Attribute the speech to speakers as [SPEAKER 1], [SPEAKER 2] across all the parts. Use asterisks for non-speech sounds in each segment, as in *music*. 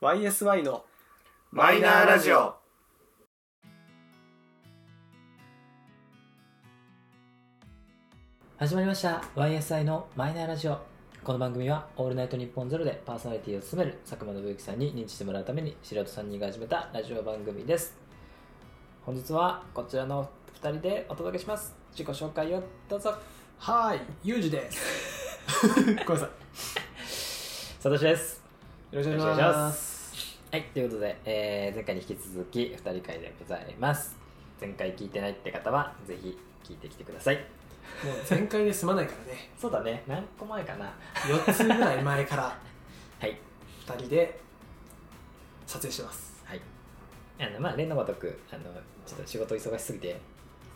[SPEAKER 1] YSY の
[SPEAKER 2] マイナーラジオ。
[SPEAKER 3] 始まりました YSI のマイナーラジオこの番組は「オールナイトニッポンゼロでパーソナリティを務める佐久間信之さんに認知してもらうために素人3人が始めたラジオ番組です本日はこちらの2人でお届けします自己紹介をどうぞ
[SPEAKER 1] はーいゆうじです
[SPEAKER 3] *laughs*
[SPEAKER 1] ごめんなさいよ
[SPEAKER 3] 佐藤です
[SPEAKER 1] ろしくお
[SPEAKER 3] お
[SPEAKER 1] 願い
[SPEAKER 3] 願い
[SPEAKER 1] し
[SPEAKER 3] し
[SPEAKER 1] ま
[SPEAKER 3] ますはいということで、えー前回に引き続き2人会でございます前回聞いてないって方はぜひ聞いてきてください
[SPEAKER 1] もう全開で済まないからね
[SPEAKER 3] そうだね何個前かな
[SPEAKER 1] 4つぐらい前から
[SPEAKER 3] はい
[SPEAKER 1] 2人で撮影してます
[SPEAKER 3] はい、あのまあ例のごとくあのちょっと仕事忙しすぎて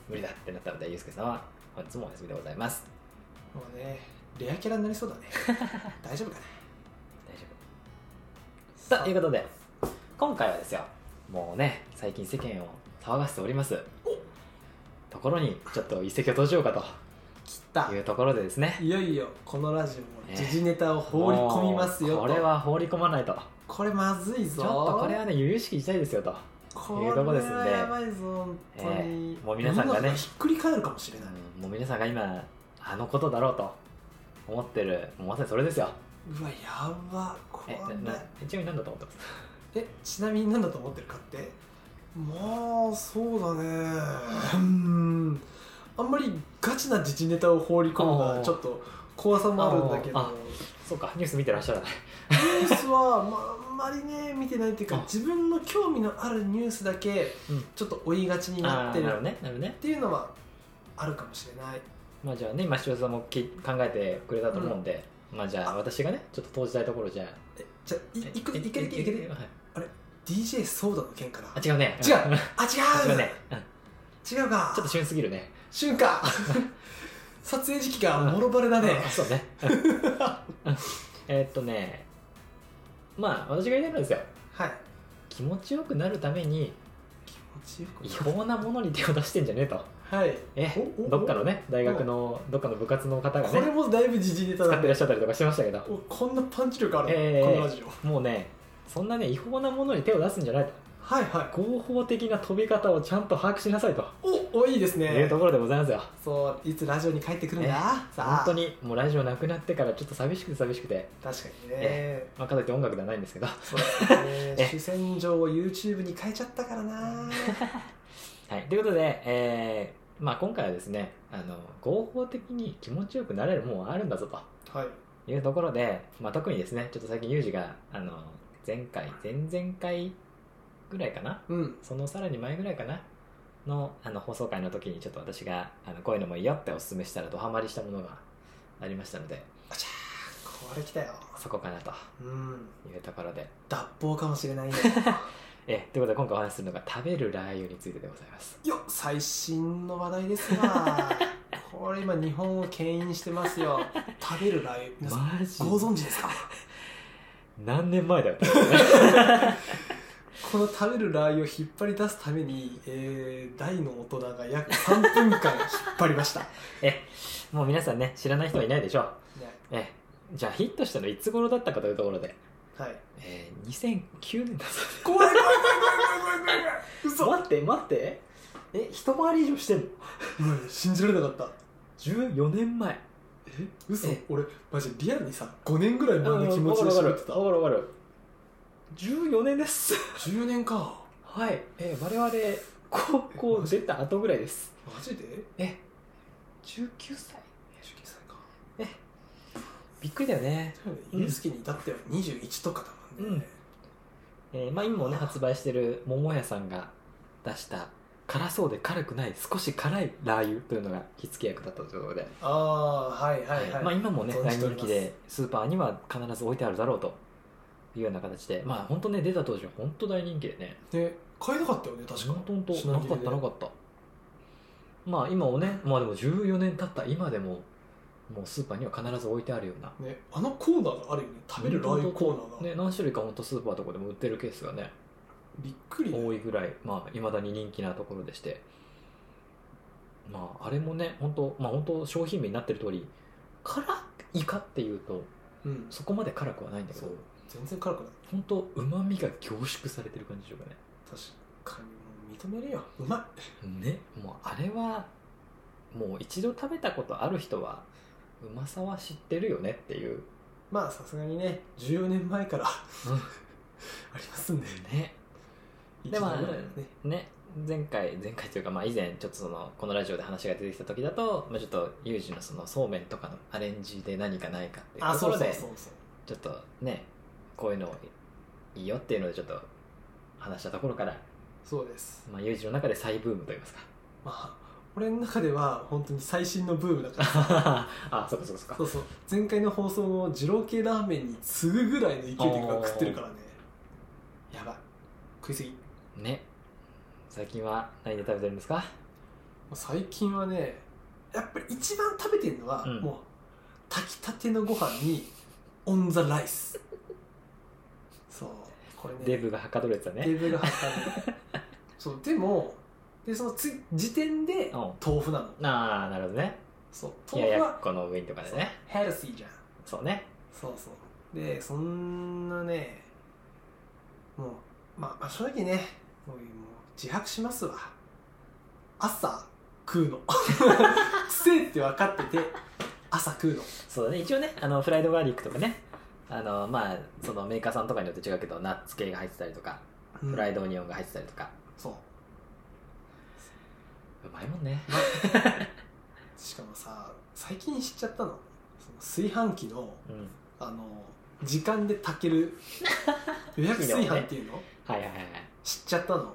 [SPEAKER 3] 無理だってなったのでゆうすけさんは本日もお休みでございます
[SPEAKER 1] もうねレアキャラになりそうだね大丈夫か
[SPEAKER 3] 大丈
[SPEAKER 1] な
[SPEAKER 3] 夫ということで今回はですよもうね最近世間を騒がせておりますところにちょっと一石を投じようか
[SPEAKER 1] 切った
[SPEAKER 3] というところでですね
[SPEAKER 1] いよいよこのラジオも
[SPEAKER 3] ね
[SPEAKER 1] 時事ネタを放り込みますよ
[SPEAKER 3] も
[SPEAKER 1] と
[SPEAKER 3] うこれは放り込まないと
[SPEAKER 1] これまずい
[SPEAKER 3] ち
[SPEAKER 1] ぞ
[SPEAKER 3] ょっとこれはね由々しき事態ですよと
[SPEAKER 1] こ
[SPEAKER 3] いうとこですんで
[SPEAKER 1] れはやばいぞ本当に、
[SPEAKER 3] ええもう皆さんが
[SPEAKER 1] 世
[SPEAKER 3] ね
[SPEAKER 1] の中ひっくり返るかもしれない
[SPEAKER 3] うんもう皆さんが今あのことだろうと思ってるもうまさにそれですよ
[SPEAKER 1] うわやばこ
[SPEAKER 3] え
[SPEAKER 1] れ
[SPEAKER 3] ななちなみに何だと思ってます
[SPEAKER 1] えちなみに何だと思ってるかってまあそうだねうんあんまりガチな時事ネタを放り込むの
[SPEAKER 3] あ
[SPEAKER 1] は
[SPEAKER 3] ー
[SPEAKER 1] ちょっと怖さもあるんだけ
[SPEAKER 3] あ
[SPEAKER 1] ど
[SPEAKER 3] そうかニュース見てらっしゃらない
[SPEAKER 1] ニュースは、まあ、あんまりね見てないっていうか
[SPEAKER 3] あ
[SPEAKER 1] 自分の興味のあるニュースだけ
[SPEAKER 3] うん
[SPEAKER 1] ちょっと追いがちに *laughs* なってる
[SPEAKER 3] なる
[SPEAKER 1] っ
[SPEAKER 3] ほどねなるほどね
[SPEAKER 1] ていうのはあるかもしれない
[SPEAKER 3] まあじゃあね今視聴者さんもき考えてくれたと思うんで、まあじゃあ私がねちょっと投じたいところじゃあ
[SPEAKER 1] えじゃあいいく
[SPEAKER 3] え
[SPEAKER 1] いけるいけるいける
[SPEAKER 3] はい
[SPEAKER 1] DJ ソーダの件から
[SPEAKER 3] あ違うね
[SPEAKER 1] 違う
[SPEAKER 3] う
[SPEAKER 1] あ違
[SPEAKER 3] ん *laughs* 違う
[SPEAKER 1] う
[SPEAKER 3] ね、うん
[SPEAKER 1] 違うか
[SPEAKER 3] ちょっと旬すぎるね
[SPEAKER 1] 瞬間
[SPEAKER 3] *laughs*
[SPEAKER 1] 撮影時期がもろバレだね
[SPEAKER 3] あそうねうんうん *laughs* えーっとねまあ私が言いたいのはですよ
[SPEAKER 1] はい
[SPEAKER 3] 気持ちよくなるために
[SPEAKER 1] 気持ちよ
[SPEAKER 3] 違
[SPEAKER 1] く
[SPEAKER 3] 法なものに手を出してんじゃねえと
[SPEAKER 1] はい
[SPEAKER 3] え
[SPEAKER 1] おお
[SPEAKER 3] どっかのね大学のどっかの部活の方が
[SPEAKER 1] これ
[SPEAKER 3] ね
[SPEAKER 1] もだいぶ時事ネタ
[SPEAKER 3] 使っ
[SPEAKER 1] だ
[SPEAKER 3] てらっしゃったりとかしてましたけど
[SPEAKER 1] おこんなパンチ力あるの、
[SPEAKER 3] えー
[SPEAKER 1] このラジオ
[SPEAKER 3] もうねそんなね違法なものに手を出すんじゃないと
[SPEAKER 1] はいはい
[SPEAKER 3] 合法的な飛び方をちゃんと把握しなさいと
[SPEAKER 1] おおいいですね、
[SPEAKER 3] いうところでございますよ、
[SPEAKER 1] そういつラジオに帰ってくるんだ、
[SPEAKER 3] え
[SPEAKER 1] さあ
[SPEAKER 3] 本当にもうラジオなくなってからちょっと寂しくて寂しくて、
[SPEAKER 1] 確かにね、
[SPEAKER 3] えまあ、かといって音楽ではないんですけど、は
[SPEAKER 1] そう *laughs* ですね
[SPEAKER 3] え
[SPEAKER 1] 主戦場を YouTube に変えちゃったから *laughs* な
[SPEAKER 3] い、ということで、えーまあ、今回はですねあの合法的に気持ちよくなれるもんはあるんだぞと
[SPEAKER 1] はい
[SPEAKER 3] いうところで、まあ、特にですねちょっと最近ユージがあの前回前々回ぐらいかな
[SPEAKER 1] うん
[SPEAKER 3] そのさらに前ぐらいかなのあの放送回の時にちょっと私があのこういうのもいいよっておすすめしたらドハマりしたものがありましたので
[SPEAKER 1] これ来たよ
[SPEAKER 3] そこかなと
[SPEAKER 1] うん
[SPEAKER 3] いうところで
[SPEAKER 1] 脱法かもしれ *laughs* ないね
[SPEAKER 3] えということで今回お話しするのが食べるラー油についてでございます
[SPEAKER 1] よっ最新の話題です *laughs* がこれ今日本を牽引してますよ食べるラー油皆さん
[SPEAKER 3] マジ
[SPEAKER 1] ご存知ですか
[SPEAKER 3] 何年前だよ
[SPEAKER 1] この食べるラー油を引っ張り出すために、えー、大の大人が約3分間引っ張りま
[SPEAKER 3] *laughs*
[SPEAKER 1] した、ね、
[SPEAKER 3] え *laughs* もう皆さんね知らない人はいないでしょうえじゃあヒットしたのいつ頃だったかというところで、
[SPEAKER 1] はい
[SPEAKER 3] えー、2009年だぞ
[SPEAKER 1] 怖い怖い怖い怖い怖い怖い怖い嘘
[SPEAKER 3] *laughs* 待って待ってえ一回り以上してんの
[SPEAKER 1] うわ信じられなかった
[SPEAKER 3] 14年前
[SPEAKER 1] え嘘
[SPEAKER 3] え
[SPEAKER 1] 俺マジリアルにさ5年ぐらい前
[SPEAKER 3] うん
[SPEAKER 1] の気持ちで
[SPEAKER 3] わかる
[SPEAKER 1] 喋
[SPEAKER 3] わ
[SPEAKER 1] っ
[SPEAKER 3] か
[SPEAKER 1] て
[SPEAKER 3] る
[SPEAKER 1] た
[SPEAKER 3] わかるわかる14年です
[SPEAKER 1] 10年か
[SPEAKER 3] はいえー我々高校出た後ぐらいです
[SPEAKER 1] マジで19
[SPEAKER 3] え19歳
[SPEAKER 1] 歳か
[SPEAKER 3] びっくりだよね
[SPEAKER 1] だよね
[SPEAKER 3] うん
[SPEAKER 1] ユースケに至っては21とかだもんね、
[SPEAKER 3] えーまあ、今もね発売してる桃屋さんが出した辛そうで辛くない少し辛いラー油というのが火付け役だったということで、
[SPEAKER 1] ああはいはいはい、
[SPEAKER 3] まあ、今もね
[SPEAKER 1] 存
[SPEAKER 3] 大
[SPEAKER 1] じてお
[SPEAKER 3] 人
[SPEAKER 1] ります
[SPEAKER 3] 気でスーパーには必ず置いてあるだろうというような形でまあ本当ね出た当時は本当大人気でね
[SPEAKER 1] で買えなかったよね確か
[SPEAKER 3] 本当本当
[SPEAKER 1] 品
[SPEAKER 3] な
[SPEAKER 1] 切れ
[SPEAKER 3] かっ
[SPEAKER 1] で
[SPEAKER 3] たなかったまあ今もねまあでも14年経った今でももうスーパーには必ず置いてあるような
[SPEAKER 1] ね、あのコーナーがあるよね食べるラー油コーナーが、
[SPEAKER 3] ね、何種類か本当スーパーとかでも売ってるケースがね
[SPEAKER 1] びっくりね
[SPEAKER 3] 多いぐらいまあ、未だに人気なところでして、まあ、あれもね本当まあ本当商品名になってる通り辛いかっていうと
[SPEAKER 1] うん
[SPEAKER 3] そこまで辛くはないんだけ
[SPEAKER 1] そ
[SPEAKER 3] ど
[SPEAKER 1] う全然辛くない
[SPEAKER 3] 本当うまみが凝縮されてる感じでしょうかね
[SPEAKER 1] 確かにもう認めるようま
[SPEAKER 3] ねもうあれはもう一度食べたことある人はうまさは知ってるよねっていう
[SPEAKER 1] いまあさすがにね14年前 *laughs* からありますんで
[SPEAKER 3] ね
[SPEAKER 1] 一
[SPEAKER 3] で
[SPEAKER 1] 度
[SPEAKER 3] も
[SPEAKER 1] ぐらいはね
[SPEAKER 3] ね前回前回というか、まあ、以前ちょっとそのこのラジオで話が出てきた時だと、まあ、ちょっとユージのそのそうめんとかのアレンジで何かないかっていう
[SPEAKER 1] あ
[SPEAKER 3] とこ
[SPEAKER 1] そう
[SPEAKER 3] ろ
[SPEAKER 1] そう
[SPEAKER 3] で
[SPEAKER 1] そうそう
[SPEAKER 3] ちょっとねこういうのいいよっていうのでちょっと話したところから、
[SPEAKER 1] そうです
[SPEAKER 3] まあ、ユージの中で再ブームといいますか
[SPEAKER 1] まあ俺の中では本当に最新のブームだから
[SPEAKER 3] *laughs* あそうかそうか
[SPEAKER 1] *laughs* そ
[SPEAKER 3] そうか
[SPEAKER 1] うそう前回の放送の二郎系ラーメンに次ぐぐらいの勢いで食ってるからねやばい食いすぎも
[SPEAKER 3] ね最近は何で食べてるんですか
[SPEAKER 1] う最近はねやっぱり一番食べてるのは、
[SPEAKER 3] うん
[SPEAKER 1] もう炊きたてのご飯にオンザライスそうこれね
[SPEAKER 3] デブがはかどるやつだ
[SPEAKER 1] デ
[SPEAKER 3] ね
[SPEAKER 1] ブが発散そうでもでそのつ時点で
[SPEAKER 3] うん
[SPEAKER 1] 豆腐なの
[SPEAKER 3] ああなるほどね
[SPEAKER 1] そう
[SPEAKER 3] 冷
[SPEAKER 1] 豆
[SPEAKER 3] や
[SPEAKER 1] 腐
[SPEAKER 3] やっ
[SPEAKER 1] は
[SPEAKER 3] この上にとかでね
[SPEAKER 1] ヘルシーじゃん
[SPEAKER 3] そうね
[SPEAKER 1] そうそうでそんなねもうまあまあ正直ねもうもう自白しますわ朝食うのくせえって分かってて朝食うの
[SPEAKER 3] そうだね一応ねあのフライドガーリックとかねあのまあそのメーカーさんとかによって違うけどナッツ系が入ってたりとか、
[SPEAKER 1] うん
[SPEAKER 3] フライドオニオンが入ってたりとか
[SPEAKER 1] そう
[SPEAKER 3] うまいもんね
[SPEAKER 1] しかもさ最近知っちゃったのその炊飯器の
[SPEAKER 3] うん
[SPEAKER 1] あの時間で炊ける予約炊飯っていうの
[SPEAKER 3] はいはいはいはい
[SPEAKER 1] 知っちゃったの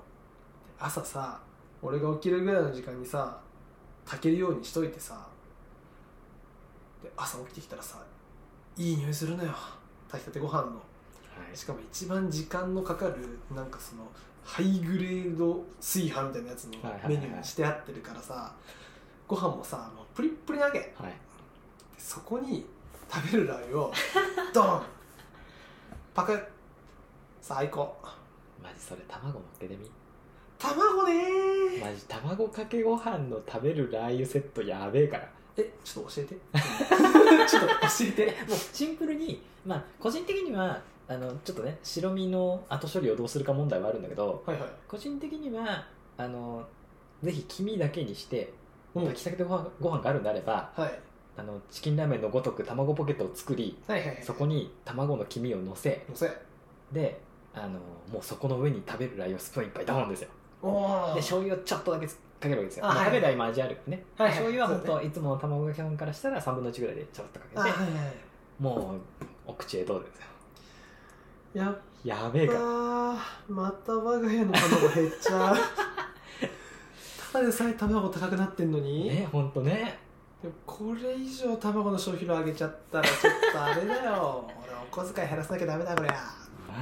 [SPEAKER 1] 朝さ俺が起きるぐらいの時間にさ炊けるようにしといてさで朝起きてきたらさいい匂いするのよ炊きたてご飯のしかも一番時間のかかるなんかそのハイグレード炊飯みたいなやつの
[SPEAKER 3] はいはいはい
[SPEAKER 1] メニューにしてあってるからさご飯もさもうプリップリなわけで
[SPEAKER 3] はい、はい、
[SPEAKER 1] そこに食べるラー油をドンパクッ最高
[SPEAKER 3] マジそれ卵のっけてみ
[SPEAKER 1] 卵ねー
[SPEAKER 3] マジ卵かけご飯の食べるラー油セットやべえから
[SPEAKER 1] えちょっと教えて *laughs* ちょっと教えて
[SPEAKER 3] もうシンプルにまあ個人的にはあのちょっとね白身の後処理をどうするか問題はあるんだけど
[SPEAKER 1] はいはい
[SPEAKER 3] 個人的にはあのぜひ黄身だけにして
[SPEAKER 1] うん
[SPEAKER 3] 炊きたてご飯ご飯があるんであれば
[SPEAKER 1] はい
[SPEAKER 3] あのチキンラーメンのごとく卵ポケットを作り
[SPEAKER 1] はいはい
[SPEAKER 3] そこに卵の黄身を乗せ
[SPEAKER 1] のせ
[SPEAKER 3] であのもうそこの上に食べるラー油をスプーンいっぱいドーンですよ
[SPEAKER 1] おお
[SPEAKER 3] で醤油をちょっとだけかけるわけですよ
[SPEAKER 1] あ
[SPEAKER 3] まあ
[SPEAKER 1] はい
[SPEAKER 3] 食べない味あるね
[SPEAKER 1] はいはい
[SPEAKER 3] 醤油は本
[SPEAKER 1] そう
[SPEAKER 3] 当いつもの卵かけご飯からしたら3分の1ぐらいでちょっと
[SPEAKER 1] あ
[SPEAKER 3] か
[SPEAKER 1] は
[SPEAKER 3] け
[SPEAKER 1] い
[SPEAKER 3] て
[SPEAKER 1] は
[SPEAKER 3] もうお口へどうですよ
[SPEAKER 1] いやっ
[SPEAKER 3] やべえ
[SPEAKER 1] ぱ
[SPEAKER 3] か
[SPEAKER 1] ーまた我が家の卵減っちゃうただでさえ卵高くなってんのに、
[SPEAKER 3] ね本当ね
[SPEAKER 1] でもこれ以上卵の消費量上げちゃったらちょっとあれだよ *laughs* 俺お小遣い減らさなきゃダメだこりゃ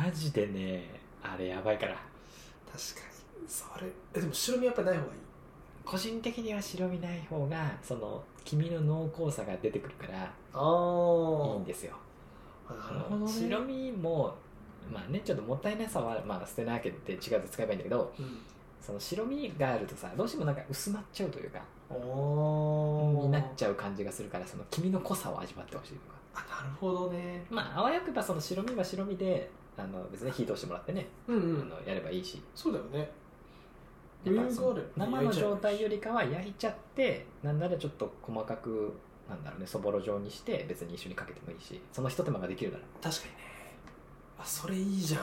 [SPEAKER 3] マジでねあれやばいから
[SPEAKER 1] 確かにそれえでも白身やっぱない方がいい
[SPEAKER 3] 個人的には白身ない方がその黄身の濃厚さが出てくるから
[SPEAKER 1] あ
[SPEAKER 3] いいん
[SPEAKER 1] あ
[SPEAKER 3] ですよ
[SPEAKER 1] なるほど、ね、
[SPEAKER 3] 白身もまあねちょっともったいなさは、まあ、捨てなきゃって違うと使えばいいんだけど
[SPEAKER 1] うん
[SPEAKER 3] その白身があるとさどうしてもなんか薄まっちゃうというか
[SPEAKER 1] おー
[SPEAKER 3] になっちゃう感じがするからその黄身の濃さを味わってほしいとか
[SPEAKER 1] あなるほどね
[SPEAKER 3] まああわよくばその白身は白身であの別に火通してもらってね、
[SPEAKER 1] うんう
[SPEAKER 3] あのやればいいし
[SPEAKER 1] そうだよね
[SPEAKER 3] やっぱその
[SPEAKER 1] 余裕があれば
[SPEAKER 3] 生
[SPEAKER 1] ね焼
[SPEAKER 3] の
[SPEAKER 1] いちゃえばいい
[SPEAKER 3] 状態よりかは焼いちゃってなんならちょっと細かくなんだろうねそぼろ状にして別に一緒にかけてもいいしそのひと手間ができるなら
[SPEAKER 1] 確かにねあそれいいじゃん、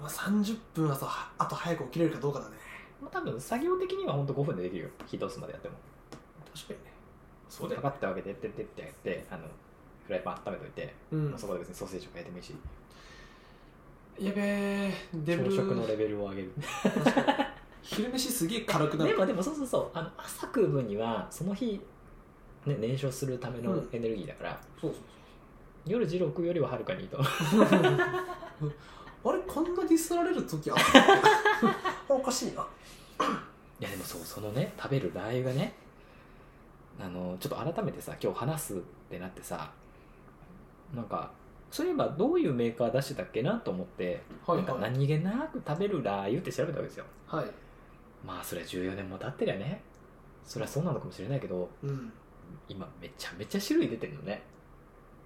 [SPEAKER 1] まあ、30分朝あと早く起きれるかどうかだね
[SPEAKER 3] まあ多分作業的にはほんと5分でできるよ火通すまでやっても
[SPEAKER 1] 確かにねそ
[SPEAKER 3] パカッて開けてってってってやってあのフライパン温めといて、
[SPEAKER 1] うん
[SPEAKER 3] そこで別にソーセージとか焼いてもいいし
[SPEAKER 1] やべえデブ
[SPEAKER 3] 朝食のレベルを上げる
[SPEAKER 1] 昼飯すげえ辛くな
[SPEAKER 3] で
[SPEAKER 1] る
[SPEAKER 3] もでもそうそうそうあの朝食う分にはその日、ね、燃焼するため
[SPEAKER 1] う
[SPEAKER 3] の
[SPEAKER 1] ん
[SPEAKER 3] エネルギーだから、
[SPEAKER 1] そうそう
[SPEAKER 3] 夜二郎食うよりははるかにいいと思う
[SPEAKER 1] *laughs* そうあれこんなディスられる時あった *laughs* おかしいない
[SPEAKER 3] やでもそうそのね食べるラー油がねあのちょっと改めてさ今日話すってなってさなんかそういえばどういうメーカー出してたっけなと思って、
[SPEAKER 1] はい
[SPEAKER 3] なんか
[SPEAKER 1] はい
[SPEAKER 3] 何気なく食べるラー油って調べたわけですよ
[SPEAKER 1] はい
[SPEAKER 3] まあそりゃ14年も経ってりゃねそりゃそうなのかもしれないけど
[SPEAKER 1] うん
[SPEAKER 3] 今めちゃめちゃ種類出てるのね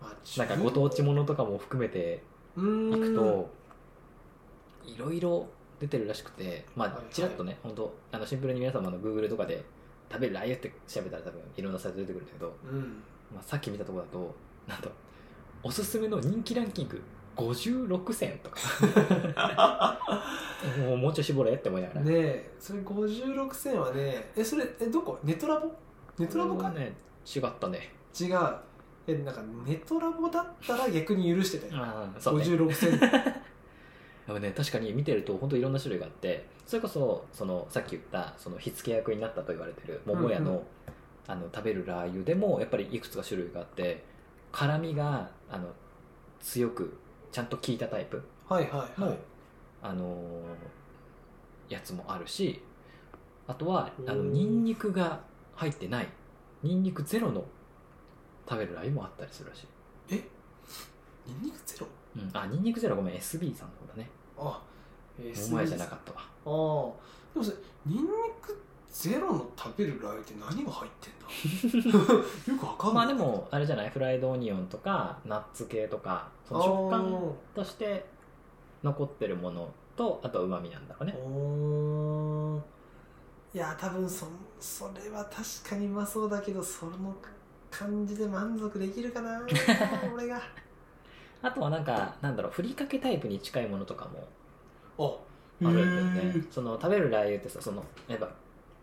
[SPEAKER 1] まあ
[SPEAKER 3] なんかご当地ものとかも含めて
[SPEAKER 1] うーん
[SPEAKER 3] 行くといろいろ出てるらしくてま
[SPEAKER 1] はい
[SPEAKER 3] あ
[SPEAKER 1] はい
[SPEAKER 3] ちらっとね本当あのシンプルに皆様の Google とかで食べるラー油って調べたら多分いろんなサイト出てくるんだけど、
[SPEAKER 1] うん
[SPEAKER 3] まあ、さっき見たところだとなんとおすすめの人気ランキング56選とか
[SPEAKER 1] *laughs*
[SPEAKER 3] もうもうちょい絞れって思いながら、
[SPEAKER 1] ねえそれ56選はねえそれえどこネトラボネトラボか、
[SPEAKER 3] これはね違ったね
[SPEAKER 1] 違うえなんかネトラボだったら逆に許してたよ、
[SPEAKER 3] ああそうね
[SPEAKER 1] 56選
[SPEAKER 3] *laughs* でもね確かに見てると本当いろんな種類があってそれこそそのさっき言ったその火付け役になったと言われてる桃屋の,、
[SPEAKER 1] うんうん
[SPEAKER 3] あの食べるラー油でもやっぱりいくつか種類があって辛みがあの強くちゃんと効いたタイプ
[SPEAKER 1] はいはい
[SPEAKER 3] の、
[SPEAKER 1] はい
[SPEAKER 3] あのーやつもあるしあとはあの
[SPEAKER 1] おー
[SPEAKER 3] ニンニクが入ってないニンニクゼロの食べるラー油もあったりするらしい、
[SPEAKER 1] えニンニクゼロ
[SPEAKER 3] うん、あニンニクゼロごめん SB さんの方だね
[SPEAKER 1] あえ
[SPEAKER 3] 桃屋じゃなかったわ
[SPEAKER 1] ああでもそれニンニクゼロの食べるラー油って何が入って
[SPEAKER 3] *laughs*
[SPEAKER 1] んだよくわかん
[SPEAKER 3] ま
[SPEAKER 1] な
[SPEAKER 3] あ
[SPEAKER 1] い
[SPEAKER 3] でもあれじゃないフライドオニオンとかナッツ系とかその食感として残ってるものとあとはうまみなんだろう
[SPEAKER 1] あー
[SPEAKER 3] ね
[SPEAKER 1] おーいや多分そんそれは確かにうまそうだけどその感じで満足できるか *laughs* な俺が
[SPEAKER 3] あとはなんかなんだろうふりかけタイプに近いものとかも
[SPEAKER 1] あ
[SPEAKER 3] あるんだよねその食べるラー油ってさそのやっぱ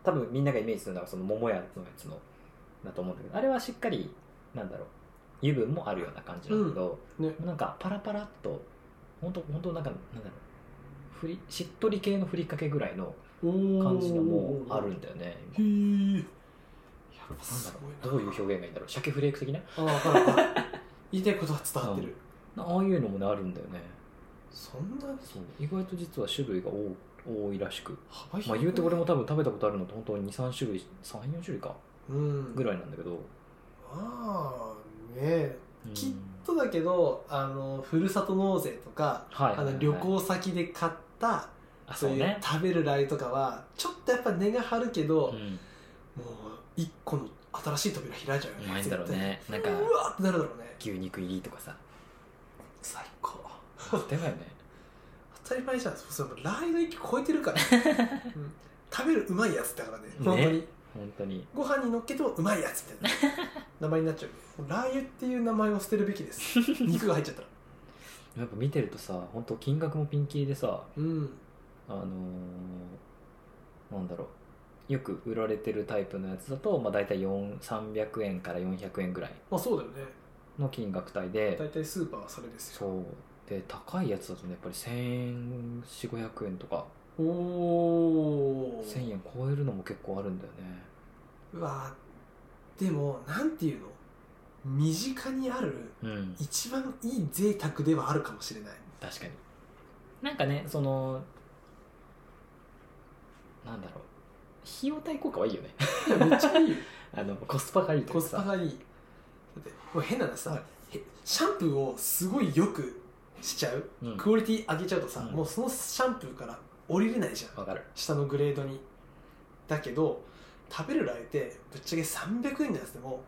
[SPEAKER 3] 多分みんながイメージするのはその桃屋のやつのだと思うんだけどあれはしっかりなんだろう油分もあるような感じなんだけど、
[SPEAKER 1] うんね
[SPEAKER 3] なんかパラパラっとほんとほんとなんかなんだろうふりしっとり系のふりかけぐらいの感じのもあるんだよね
[SPEAKER 1] へえやっぱ
[SPEAKER 3] なんだ
[SPEAKER 1] す
[SPEAKER 3] ろ
[SPEAKER 1] ごいな
[SPEAKER 3] うどういう表現がいいんだろう鮭フレーク的な
[SPEAKER 1] あ分かる分かる言いたいことは伝わってる、
[SPEAKER 3] ああいうのもねあるんだよね
[SPEAKER 1] そんなに
[SPEAKER 3] そう意外と実は種類が多多いらしく
[SPEAKER 1] 幅
[SPEAKER 3] まあ
[SPEAKER 1] 広い
[SPEAKER 3] 言うて俺も多分食べたことあるのと本当に23種類34種類か
[SPEAKER 1] うん
[SPEAKER 3] ぐ
[SPEAKER 1] らい
[SPEAKER 3] らいなんだけど、
[SPEAKER 1] まあねえ
[SPEAKER 3] うん
[SPEAKER 1] きっとだけどあのふるさと納税とか
[SPEAKER 3] はい
[SPEAKER 1] あの旅行先で買った
[SPEAKER 3] あ
[SPEAKER 1] そ
[SPEAKER 3] そうう
[SPEAKER 1] いう
[SPEAKER 3] ね
[SPEAKER 1] 食べるラー油とかはちょっとやっぱ値が張るけど、も
[SPEAKER 3] ん
[SPEAKER 1] う一個の新しい扉開いちゃうよ
[SPEAKER 3] う
[SPEAKER 1] ね
[SPEAKER 3] まいんだろうねなん
[SPEAKER 1] 絶
[SPEAKER 3] か
[SPEAKER 1] 対うわーってなるだろうね
[SPEAKER 3] 牛肉入りとかさ
[SPEAKER 1] 最高
[SPEAKER 3] だよね
[SPEAKER 1] 当たり前じゃんそうそうラー油の域超えてる
[SPEAKER 3] *laughs*
[SPEAKER 1] から、うん食べるうまいやつだからね
[SPEAKER 3] ね
[SPEAKER 1] 本当に
[SPEAKER 3] 本当に
[SPEAKER 1] ご飯に乗っけてもうまいやつみたい
[SPEAKER 3] *laughs*
[SPEAKER 1] な名前になっちゃうラー油っていう名前を捨てるべきです
[SPEAKER 3] *laughs*
[SPEAKER 1] 肉が入っちゃったら
[SPEAKER 3] やっぱ見てるとさ本当金額もピンキリでさ
[SPEAKER 1] うん
[SPEAKER 3] あのーなんだろうよく売られてるタイプのやつだと、まあ、大体4 300円から400円ぐらい
[SPEAKER 1] まあそうだよね
[SPEAKER 3] の金額帯で
[SPEAKER 1] 大体スーパーはそれですよ
[SPEAKER 3] そうで高いやつだとねやっぱり1400500円とか
[SPEAKER 1] おお
[SPEAKER 3] 1000円超えるのも結構あるんだよね
[SPEAKER 1] うわーでもなんていうの身近にある
[SPEAKER 3] うん
[SPEAKER 1] 一番いい贅沢ではあるかもしれない
[SPEAKER 3] 確かになんかねそのなんだろう費用対効果はいいよね *laughs*
[SPEAKER 1] いやめっちゃいいよ
[SPEAKER 3] あのコスパがいい
[SPEAKER 1] *laughs*
[SPEAKER 3] と
[SPEAKER 1] コ
[SPEAKER 3] か
[SPEAKER 1] スパ
[SPEAKER 3] さ
[SPEAKER 1] がいいだってもう変な話さ、へシャンプーをすごいよくしちゃう
[SPEAKER 3] うん
[SPEAKER 1] クオリティ上げちゃうとさ、
[SPEAKER 3] うん
[SPEAKER 1] もうそのシャンプーから降りれないじゃん
[SPEAKER 3] わかる
[SPEAKER 1] 下のグレードにだけど食べるラー油ってぶっちゃけ300円のやつでも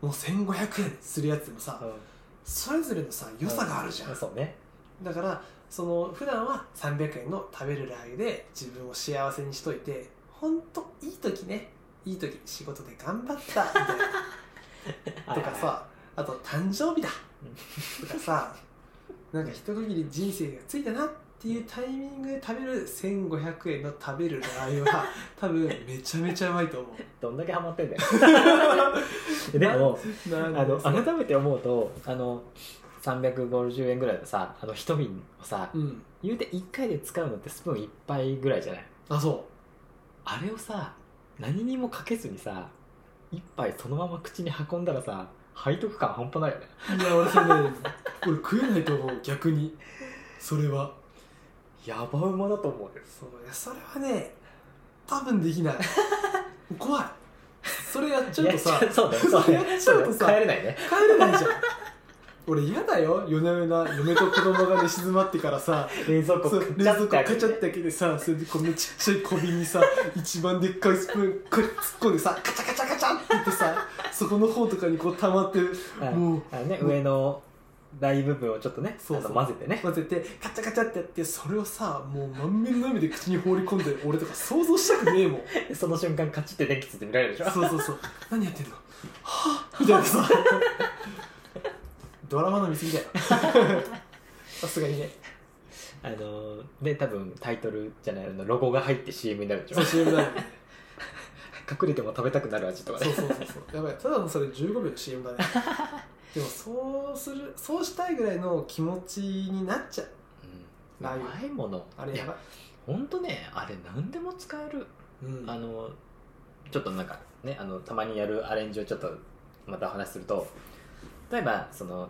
[SPEAKER 1] もう1500円するやつでもさ、それぞれのさ良さがあるじゃん、
[SPEAKER 3] うそうね
[SPEAKER 1] だからその普段は300円の食べるラー油で自分を幸せにしといてほんといい時ねいい時仕事で頑張ったみたいなとかさあと誕生日だとかさなんか一区切り人生がついたなっていうタイミングで食べる1500円の食べるラー油は多分めちゃめちゃうまいと思う
[SPEAKER 3] どんだけハマってんだよ
[SPEAKER 1] *laughs*
[SPEAKER 3] *laughs* でも
[SPEAKER 1] な
[SPEAKER 3] あ
[SPEAKER 1] んで
[SPEAKER 3] の
[SPEAKER 1] その
[SPEAKER 3] 改めて思うとあの350円ぐらいのさあの一瓶をさ、
[SPEAKER 1] うん
[SPEAKER 3] 言うて1回で使うのってスプーン1杯ぐらいじゃない
[SPEAKER 1] あそ
[SPEAKER 3] あれをさ何にもかけずにさ一杯そのまま口に運んだらさ背徳感半端ないよね
[SPEAKER 1] ういや俺それね *laughs* 俺食えないと思う逆にそれは
[SPEAKER 3] やばうまだと思うよ
[SPEAKER 1] そういやそれはね多分でき
[SPEAKER 3] *laughs*
[SPEAKER 1] ない怖いそれやっちゃうとさ
[SPEAKER 3] いやそうだよ
[SPEAKER 1] そ
[SPEAKER 3] そううだよ
[SPEAKER 1] やっちゃ
[SPEAKER 3] そううだ
[SPEAKER 1] と
[SPEAKER 3] よ
[SPEAKER 1] さ
[SPEAKER 3] 帰れないね
[SPEAKER 1] 帰れないじゃん俺嫌だよ夜な夜な嫁と子供が寝静まってからさ
[SPEAKER 3] 冷蔵庫
[SPEAKER 1] そう
[SPEAKER 3] くっ
[SPEAKER 1] 冷
[SPEAKER 3] ちゃ
[SPEAKER 1] 蔵庫
[SPEAKER 3] ってあ
[SPEAKER 1] カ
[SPEAKER 3] げ
[SPEAKER 1] チ
[SPEAKER 3] て
[SPEAKER 1] ャって開けてさそれでこのちっちゃい小瓶にさ一番でっかいスプーンこう突っ込んでさカチャカチャカチャって言ってさそこの方とかにこう溜まってる
[SPEAKER 3] はい
[SPEAKER 1] もう
[SPEAKER 3] あのね上の大部分をちょっとね
[SPEAKER 1] そうそう
[SPEAKER 3] あの混ぜてね
[SPEAKER 1] 混ぜてカチャカチャってやってそれをさもう満面の笑みで口に放り込んでる俺とか想像したくねえもん
[SPEAKER 3] その瞬間カチって電気つって見られるでしょ
[SPEAKER 1] *laughs* そうそうそう何やってんのはぁみたいなさドラマの見過
[SPEAKER 3] *laughs*
[SPEAKER 1] ぎだよさすがにね
[SPEAKER 3] あので多分タイトルじゃないあのロゴが入って CM になるでしょ
[SPEAKER 1] そう CM だよね
[SPEAKER 3] 隠れても食べたくなる味とか
[SPEAKER 1] そう
[SPEAKER 3] ね
[SPEAKER 1] そうそうそうやばいただのそれ15秒の CM
[SPEAKER 3] *laughs*
[SPEAKER 1] だねでもそうするそうしたいぐらいの気持ちになっちゃう
[SPEAKER 3] うん
[SPEAKER 1] ラー
[SPEAKER 3] う
[SPEAKER 1] 油
[SPEAKER 3] まいもの
[SPEAKER 1] あれ
[SPEAKER 3] い
[SPEAKER 1] やば
[SPEAKER 3] や
[SPEAKER 1] い
[SPEAKER 3] ほんとねあれ何でも使える
[SPEAKER 1] うん
[SPEAKER 3] あのちょっとなんかねあのたまにやるアレンジをちょっとまたお話しすると例えばその、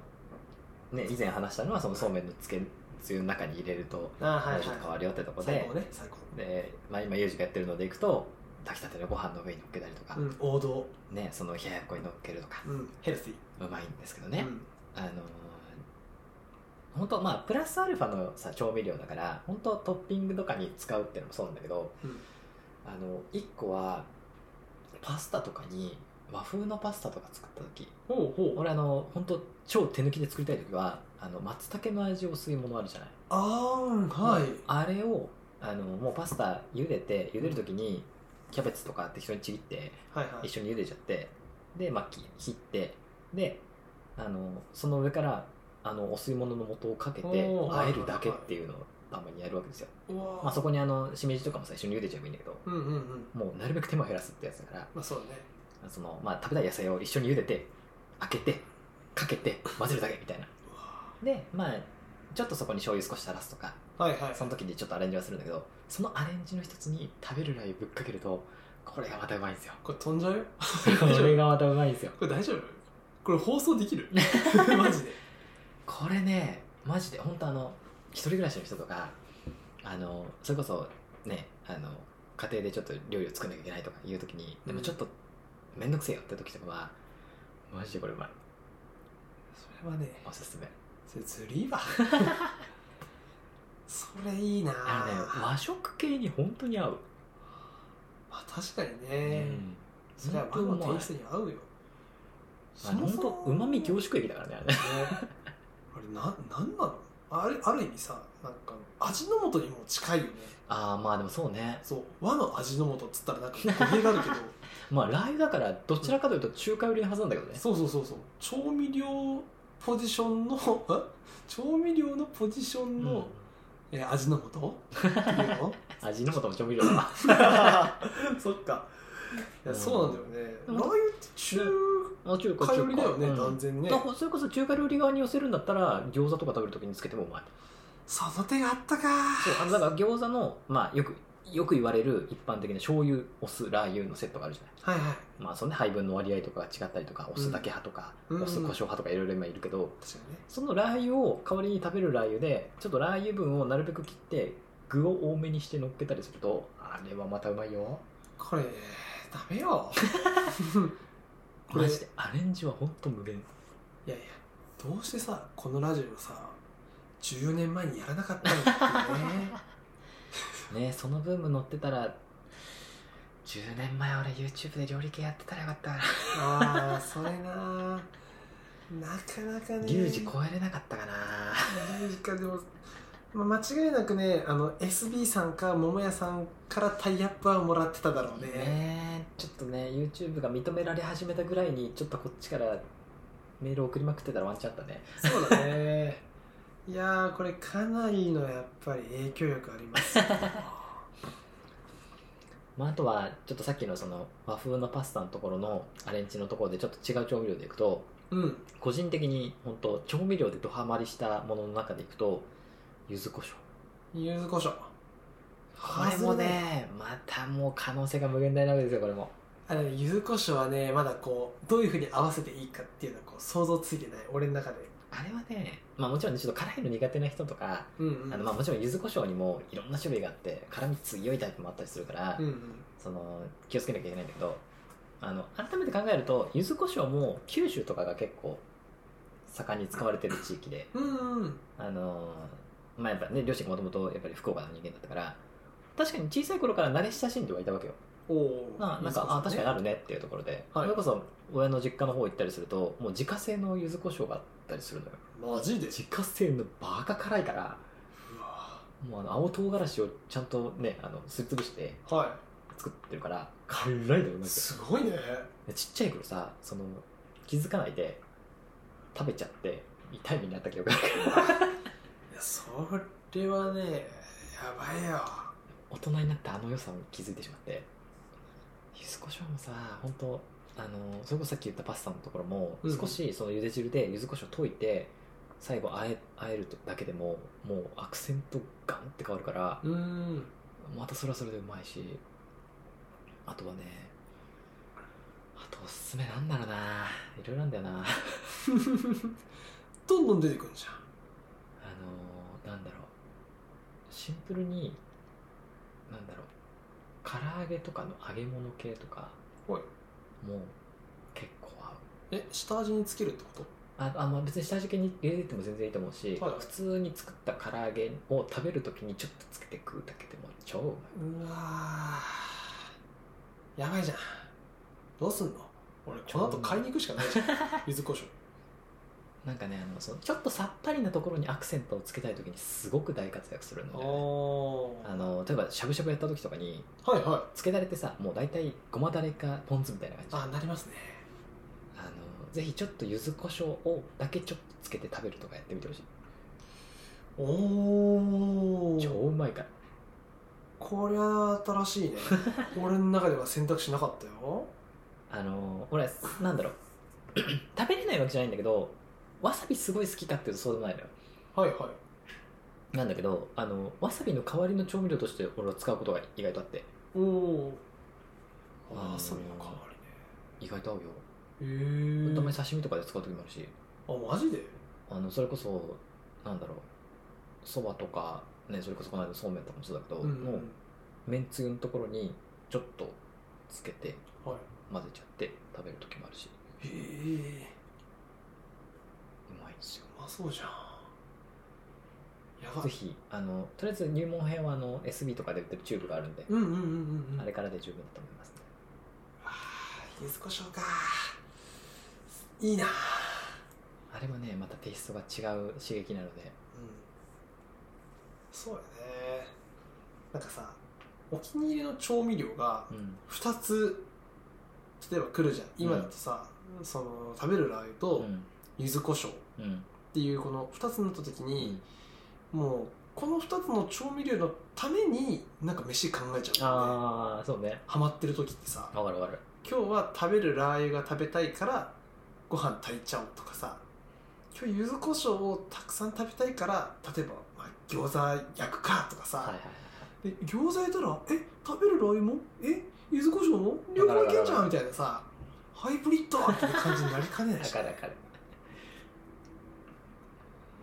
[SPEAKER 3] ね、以前話したのはそのそうめんのつけつゆの中に入れると
[SPEAKER 1] あはいはい
[SPEAKER 3] ちょっと変わるよってとこで,、
[SPEAKER 1] 最高ね最高
[SPEAKER 3] でまあ、今ユージがやってるのでいくと炊きたてのご飯の上に乗っけたりとか、
[SPEAKER 1] うん王道
[SPEAKER 3] ね、その冷ややっこに乗っけるとか
[SPEAKER 1] うんヘルシ
[SPEAKER 3] うまいんですけど
[SPEAKER 1] ーう
[SPEAKER 3] ね、
[SPEAKER 1] ん
[SPEAKER 3] あのー本当まあプラスアルファのさ調味料だから本当トッピングとかに使うっていうのもそうなんだけど、
[SPEAKER 1] うん
[SPEAKER 3] あの1個はパスタとかに和風のパスタとか作った時
[SPEAKER 1] ほうほう
[SPEAKER 3] 俺あの本当超手抜きで作りたい時はあの松茸の味を吸い物あるじゃない
[SPEAKER 1] あーはい
[SPEAKER 3] あれをあのもうパスタ茹でて茹でる時にキャベツとか適当にちぎって
[SPEAKER 1] はいはい
[SPEAKER 3] 一緒に茹でちゃってで、まあ、き切ってであのその上からあのお吸い物の素をかけて
[SPEAKER 1] おー
[SPEAKER 3] 和えるだけっていうのをたまにやるわけですよ、
[SPEAKER 1] うわー
[SPEAKER 3] まあ、そこにあのしめじとかもさ一緒に茹でちゃえばいいんだけど
[SPEAKER 1] うんうんうん
[SPEAKER 3] もうなるべく手間を減らすってやつだから
[SPEAKER 1] まあそうだね
[SPEAKER 3] その、まあ、食べたい野菜を一緒に茹でて開けてかけて混ぜるだけみたいな
[SPEAKER 1] うわ
[SPEAKER 3] でまあちょっとそこに醤油少し垂らすとか
[SPEAKER 1] ーはいはい
[SPEAKER 3] その時にちょっとアレンジはするんだけどそのアレンジの一つに食べるラー油ぶっかけるとこれがまたうまいんで
[SPEAKER 1] *laughs*
[SPEAKER 3] すよ
[SPEAKER 1] これ飛んじゃうよ
[SPEAKER 3] こ
[SPEAKER 1] 大丈
[SPEAKER 3] れ
[SPEAKER 1] 夫
[SPEAKER 3] がまたうまいんですよ
[SPEAKER 1] これ大丈夫これ放送でき
[SPEAKER 3] *laughs*
[SPEAKER 1] るマジで
[SPEAKER 3] これねマジで本当あの一人暮らしの人とかあのそれこそねあの家庭でちょっと料理を作んなきゃいけないとかいう時にでもちょっと面倒くせえよって時とかはマジでこれうまい
[SPEAKER 1] それはね
[SPEAKER 3] おすすめ
[SPEAKER 1] それずりーわ *laughs* それいいな
[SPEAKER 3] あのね和食系に本当に合う、
[SPEAKER 1] まあ確かにね、
[SPEAKER 3] うん
[SPEAKER 1] それは和のテイストに合うよ
[SPEAKER 3] あの本当うまみ凝
[SPEAKER 1] ね
[SPEAKER 3] 縮液だからねあれ
[SPEAKER 1] あれななんなのあれある意味さなんか味の素にも近いよね
[SPEAKER 3] *laughs* ああまあでもそうね
[SPEAKER 1] そう和の味の素っつったらなんか語弊があ
[SPEAKER 3] *laughs*
[SPEAKER 1] るけど
[SPEAKER 3] まあラー油だからどちらかというと中華寄りのはずなんだけどね
[SPEAKER 1] そうそうそうそう調味料ポジションのえ調味料のポジションの、
[SPEAKER 3] うん
[SPEAKER 1] えー味の素っていうの
[SPEAKER 3] 味の素も調味料 *laughs* だな
[SPEAKER 1] そっかいや
[SPEAKER 3] うん
[SPEAKER 1] そうなんだよねラ
[SPEAKER 3] でも
[SPEAKER 1] ー油って中
[SPEAKER 3] あ中
[SPEAKER 1] 華寄りだよね、
[SPEAKER 3] 中華うん
[SPEAKER 1] 断然ね
[SPEAKER 3] だからそれこそ中華料理側に寄せるんだったら餃子とか食べるときにつけてもうまい
[SPEAKER 1] その手があったか
[SPEAKER 3] そうあのだから餃子のまあよくよく言われる一般的な醤油お酢ラー油のセットがあるじゃない
[SPEAKER 1] はいはい
[SPEAKER 3] まあそのね配分の割合とかが違ったりとかお酢だけ派とか、
[SPEAKER 1] うん
[SPEAKER 3] お酢胡椒派とかいろいろ今いるけど、
[SPEAKER 1] 確かにね
[SPEAKER 3] そのラー油を代わりに食べるラー油でちょっとラー油分をなるべく切って具を多めにして乗っけたりするとあれはまたうまいよ
[SPEAKER 1] これダメよこれ
[SPEAKER 3] マジでアレンジはほんと無限
[SPEAKER 1] いやいやどうしてさこのラジオをさ14年前にやらなかったのかっていうね
[SPEAKER 3] *laughs* ねそのブーム乗ってたら10年前俺 YouTube で料理系やってたらよかったな
[SPEAKER 1] ああそれななかなかね
[SPEAKER 3] リュウジ超えれなかったかな
[SPEAKER 1] リュウジかでも、まあ、間違いなくねあの SB さんか桃屋さんからタイアップはもらってただろうね
[SPEAKER 3] ねえちょっとね YouTube が認められ始めたぐらいにちょっとこっちからメール送りまくってたらワンチャンあったね
[SPEAKER 1] そうだね *laughs* いやーこれかなりのやっぱり影響力あります
[SPEAKER 3] *laughs*
[SPEAKER 1] よ
[SPEAKER 3] まあ、あとはちょっとさっきのその和風のパスタのところのアレンジのところでちょっと違う調味料でいくと
[SPEAKER 1] うん
[SPEAKER 3] 個人的に本当調味料でドハマりしたものの中でいくと柚子胡椒
[SPEAKER 1] 柚子胡椒
[SPEAKER 3] これもねまたもう可能性が無限大なわけですよこれも
[SPEAKER 1] あの柚子胡椒はねまだこうどういうふうに合わせていいかっていうのはこう想像ついてない俺の中で
[SPEAKER 3] あれはね、まあ、もちろんねちょっと辛いの苦手な人とか、
[SPEAKER 1] うん
[SPEAKER 3] あのまあもちろん柚子胡椒にもいろんな種類があって辛み強いタイプもあったりするから、
[SPEAKER 1] うんうん
[SPEAKER 3] その気をつけなきゃいけないんだけどあの改めて考えると柚子胡椒も九州とかが結構盛んに使われてる地域で
[SPEAKER 1] うんうん
[SPEAKER 3] あのーまあやっぱね両親がもともとやっぱり福岡の人間だったから確かに小さい頃から慣れ親しんではいたわけよ、
[SPEAKER 1] おお
[SPEAKER 3] まあ、なんか、あ確かにあるねっていうところで、
[SPEAKER 1] はい
[SPEAKER 3] それこそ親の実家の方行ったりするともう自家製の柚子胡椒がったりするのよ
[SPEAKER 1] マジで
[SPEAKER 3] 自家製のバカ辛いから
[SPEAKER 1] うわ
[SPEAKER 3] もうあの青唐辛子をちゃんとねあのすりつぶして
[SPEAKER 1] は
[SPEAKER 3] 作ってるから辛いのよマ
[SPEAKER 1] い
[SPEAKER 3] ジ
[SPEAKER 1] すごいね
[SPEAKER 3] でちっちゃい頃さその気づかないで食べちゃって痛い目になった記憶があるから
[SPEAKER 1] いやそれはねやばいよ
[SPEAKER 3] *laughs* 大人になってあの良さに気づいてしまって柚子胡椒もさ本当あのそれこそさっき言ったパスタのところも、
[SPEAKER 1] うん
[SPEAKER 3] 少しその茹で汁で柚子胡椒溶いて最後あえあえるとだけでももうアクセントガンって変わるから
[SPEAKER 1] うーん
[SPEAKER 3] またそれはそれでうまいしあとはねあとおすすめなんだろうないろいろなんだよなあの
[SPEAKER 1] *laughs* どんどん出てくるじゃん
[SPEAKER 3] なんだろうシンプルになんだろう唐揚げとかの揚げ物系とか
[SPEAKER 1] おい
[SPEAKER 3] もう結構合う
[SPEAKER 1] え下味につけるってこと
[SPEAKER 3] ああ、まあ、別に下味系に入れても全然いいと思うし、
[SPEAKER 1] はい
[SPEAKER 3] 普通に作った唐揚げを食べるときにちょっとつけて食うだけでも超うまいう
[SPEAKER 1] わーやばいじゃんどうすんの俺この後買いに行くしかない *laughs* じゃん柚子胡椒
[SPEAKER 3] なんかねあのそのちょっとさっぱりなところにアクセントをつけたいときにすごく大活躍するんだよねあ
[SPEAKER 1] あ
[SPEAKER 3] の例えばしゃぶしゃぶやったときとかに
[SPEAKER 1] あはいはい
[SPEAKER 3] つけだれってさもう大体ごまだれかポン酢みたいな感じ
[SPEAKER 1] あなりますね
[SPEAKER 3] あのぜひちょっと柚子胡椒をだけちょっとつけて食べるとかやってみてほしい
[SPEAKER 1] おお
[SPEAKER 3] 超うまいから
[SPEAKER 1] こりゃ新しい *laughs* ね俺の中では選択肢なかったよ
[SPEAKER 3] あの俺はなんだろう *clears throat* 食べれないわけじゃないんだけどわさびすごい好きかっていうとそうでもないのよ
[SPEAKER 1] はいはい
[SPEAKER 3] なんだけどあのわさびの代わりの調味料として俺は使うことが意外とあって
[SPEAKER 1] おお
[SPEAKER 3] あのー
[SPEAKER 1] わさびの代わ
[SPEAKER 3] 意外と合うよ
[SPEAKER 1] りねへ
[SPEAKER 3] お前
[SPEAKER 1] え
[SPEAKER 3] 刺身とかで使う時もあるし
[SPEAKER 1] あマジで
[SPEAKER 3] あのそれこそなんだろうそばとか、ね、それこそこの間のそうめんとかもそうだけど、
[SPEAKER 1] うん
[SPEAKER 3] もうめんつゆのところにちょっとつけて
[SPEAKER 1] は
[SPEAKER 3] 混ぜちゃって食べる時もあるし
[SPEAKER 1] いへえ
[SPEAKER 3] うまいんですよ
[SPEAKER 1] うまそうじゃんやば
[SPEAKER 3] ぜひあのとりあえず入門編はあの SB とかで売ってるチューブがあるんで、
[SPEAKER 1] うんうんうんうんうん
[SPEAKER 3] あれからで十分だと思います、ね、
[SPEAKER 1] あー柚子胡椒かいいな、
[SPEAKER 3] あれはねまたテイストが違う刺激なので
[SPEAKER 1] そうやねなんかさお気に入りの調味料が
[SPEAKER 3] うん
[SPEAKER 1] 2つ例えば来るじゃん今だとさ、その食べるラー油と柚子胡椒っ
[SPEAKER 3] うんうん
[SPEAKER 1] ていうこの2つになった時に、もうこの2つの調味料のためになんか飯考えちゃうんだよね
[SPEAKER 3] ああそうね
[SPEAKER 1] ハマってる時ってさ
[SPEAKER 3] わかるわかる
[SPEAKER 1] 今日は食べるラー油が食べたいからご飯炊いちゃおうとかさ今日柚子胡椒をたくさん食べたいから例えば、まあ、餃子焼くかとかさ、
[SPEAKER 3] はいはい
[SPEAKER 1] で餃子焼いたらえ食べるラー油もえ柚子胡椒も両方いけんじゃんみたいなさハイブリッドっていう感じになりかねな
[SPEAKER 3] はいい
[SPEAKER 1] し
[SPEAKER 3] かるわかる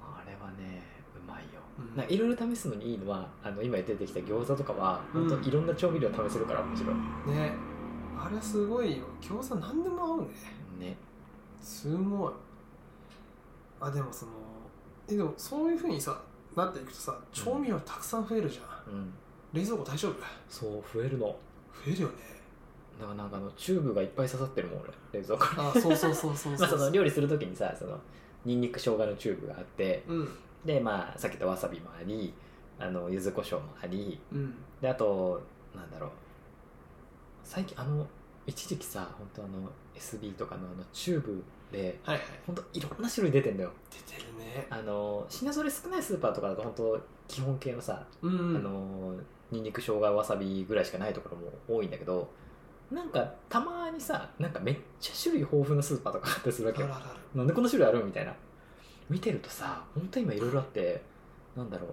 [SPEAKER 3] あれはねうまいよ
[SPEAKER 1] うん
[SPEAKER 3] なんかいろいろ試すのにいいのはあの今出てきた餃子とかは
[SPEAKER 1] うん
[SPEAKER 3] 本当いろんな調味料試せるから面白い
[SPEAKER 1] ねあれすごいよ餃子何でも合うね
[SPEAKER 3] ね
[SPEAKER 1] すごいあでもそのえでもそういうふうにさなっていくとさ調味料たくさん増えるじゃん、
[SPEAKER 3] うん
[SPEAKER 1] 冷蔵庫大丈夫
[SPEAKER 3] そう増えるの
[SPEAKER 1] 増えるよね
[SPEAKER 3] だからなんかあのチューブがいっぱい刺さってるもん俺冷蔵庫に
[SPEAKER 1] あそうそうそう *laughs*
[SPEAKER 3] *laughs*
[SPEAKER 1] そう
[SPEAKER 3] ま
[SPEAKER 1] そう
[SPEAKER 3] あその料理するときにさそのニンニク生姜のチューブがあって
[SPEAKER 1] うん
[SPEAKER 3] でまあさっき言ったわさびもありあの柚子胡椒もあり
[SPEAKER 1] うん
[SPEAKER 3] であとなんだろう最近あの一時期さ本当あの SB とかのあのチューブで
[SPEAKER 1] はいはい
[SPEAKER 3] 本当いろんな種類出てんだよ
[SPEAKER 1] 出てるね
[SPEAKER 3] あの品揃え少ないスーパーとかだと本当基本系のさ、
[SPEAKER 1] うん
[SPEAKER 3] あのにんにく生姜わさびぐらいしかないところも多いんだけどなんかたまにさなんかめっちゃ種類豊富なスーパーとかあったりするわ
[SPEAKER 1] あ
[SPEAKER 3] け
[SPEAKER 1] るあ
[SPEAKER 3] よ
[SPEAKER 1] るある
[SPEAKER 3] なんでこの種類あるみたいな見てるとさ本当今いろいろあってなんだろう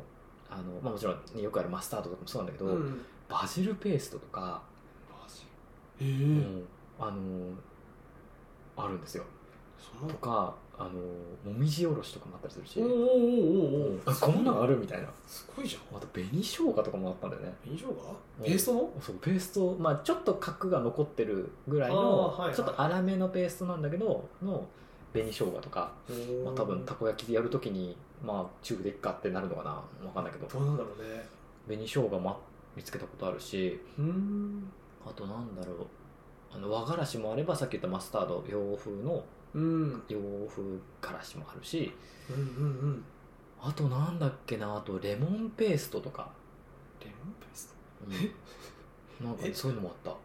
[SPEAKER 3] あの、まあ、もちろんね、よくあるマスタードとかもそうなんだけど、
[SPEAKER 1] うんマ
[SPEAKER 3] バジルペーストとか、
[SPEAKER 1] ジええ
[SPEAKER 3] う
[SPEAKER 1] ー
[SPEAKER 3] んあのあるんですよ
[SPEAKER 1] そんな
[SPEAKER 3] とかあのもみじおろしとかもあったりするし、
[SPEAKER 1] おおおお
[SPEAKER 3] うんあこんなのあるみたいな
[SPEAKER 1] すごいじゃん
[SPEAKER 3] あと紅生姜とかもあったんだよね
[SPEAKER 1] 紅生姜
[SPEAKER 3] うん
[SPEAKER 1] ペーストも
[SPEAKER 3] そうペースト、まあ、ちょっと角が残ってるぐらいの、
[SPEAKER 1] あーはいはい
[SPEAKER 3] ちょっと粗めのペーストなんだけどの紅生姜とかまあ、多分たこ焼きでやるときに、まあ、チューブでいっかってなるのかな分かんないけど
[SPEAKER 1] どうなんだろうね
[SPEAKER 3] 紅生姜も見つけたことあるし
[SPEAKER 1] うん
[SPEAKER 3] あとなんだろうあの和がらしもあればさっき言ったマスタード洋風の
[SPEAKER 1] うん
[SPEAKER 3] 洋風からしもあるし
[SPEAKER 1] うんうんうん
[SPEAKER 3] あとなんだっけなあとレモンペーストとか、
[SPEAKER 1] レモンペースト
[SPEAKER 3] うんなんか
[SPEAKER 1] え
[SPEAKER 3] そういうのもあった
[SPEAKER 1] レ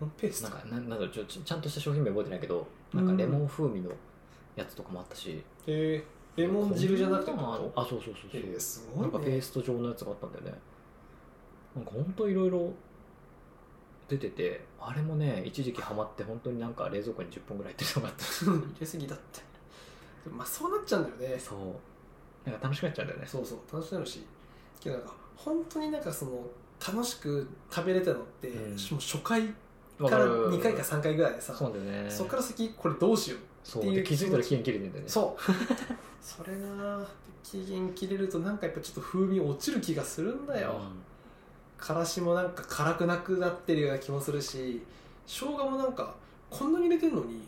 [SPEAKER 1] モンペース
[SPEAKER 3] な
[SPEAKER 1] ト
[SPEAKER 3] んかなんなんだろうちょちょちゃんとした商品名覚えてないけどなんかレモン風味のやつとかもあったし、
[SPEAKER 1] えー、レモン汁じゃなくて
[SPEAKER 3] こ
[SPEAKER 1] って
[SPEAKER 3] んなのあ
[SPEAKER 1] こ
[SPEAKER 3] る
[SPEAKER 1] と
[SPEAKER 3] あそうそうそうそ
[SPEAKER 1] え
[SPEAKER 3] う、
[SPEAKER 1] ー、す
[SPEAKER 3] なんか
[SPEAKER 1] ごい
[SPEAKER 3] ペ
[SPEAKER 1] ね
[SPEAKER 3] ースト状のやつがあったんだよねなんかほんといろいろ出ててあれもね一時期ハマって本当になんか冷蔵庫に10本ぐらい入ってるのがあった
[SPEAKER 1] 入れすぎだってで *laughs* もまあそうなっちゃうんだよね
[SPEAKER 3] そうなんか楽しくなっちゃうんだよね
[SPEAKER 1] そうそう楽しくなるしけどなんか本当になんかその楽しく食べれたのって、
[SPEAKER 3] うん
[SPEAKER 1] もう初回
[SPEAKER 3] わ
[SPEAKER 1] から
[SPEAKER 3] る
[SPEAKER 1] 2回か3回ぐらいでさ
[SPEAKER 3] そうなんだよね
[SPEAKER 1] そっから先これどうしよう
[SPEAKER 3] そう
[SPEAKER 1] っていう
[SPEAKER 3] で気づいたら期限切れてんだよね
[SPEAKER 1] そう *laughs* それが期限切れるとなんかやっぱちょっと風味落ちる気がするんだよ、からしもなんか辛くなくなってるような気もするし生姜もなんかこんなに入れてるのにん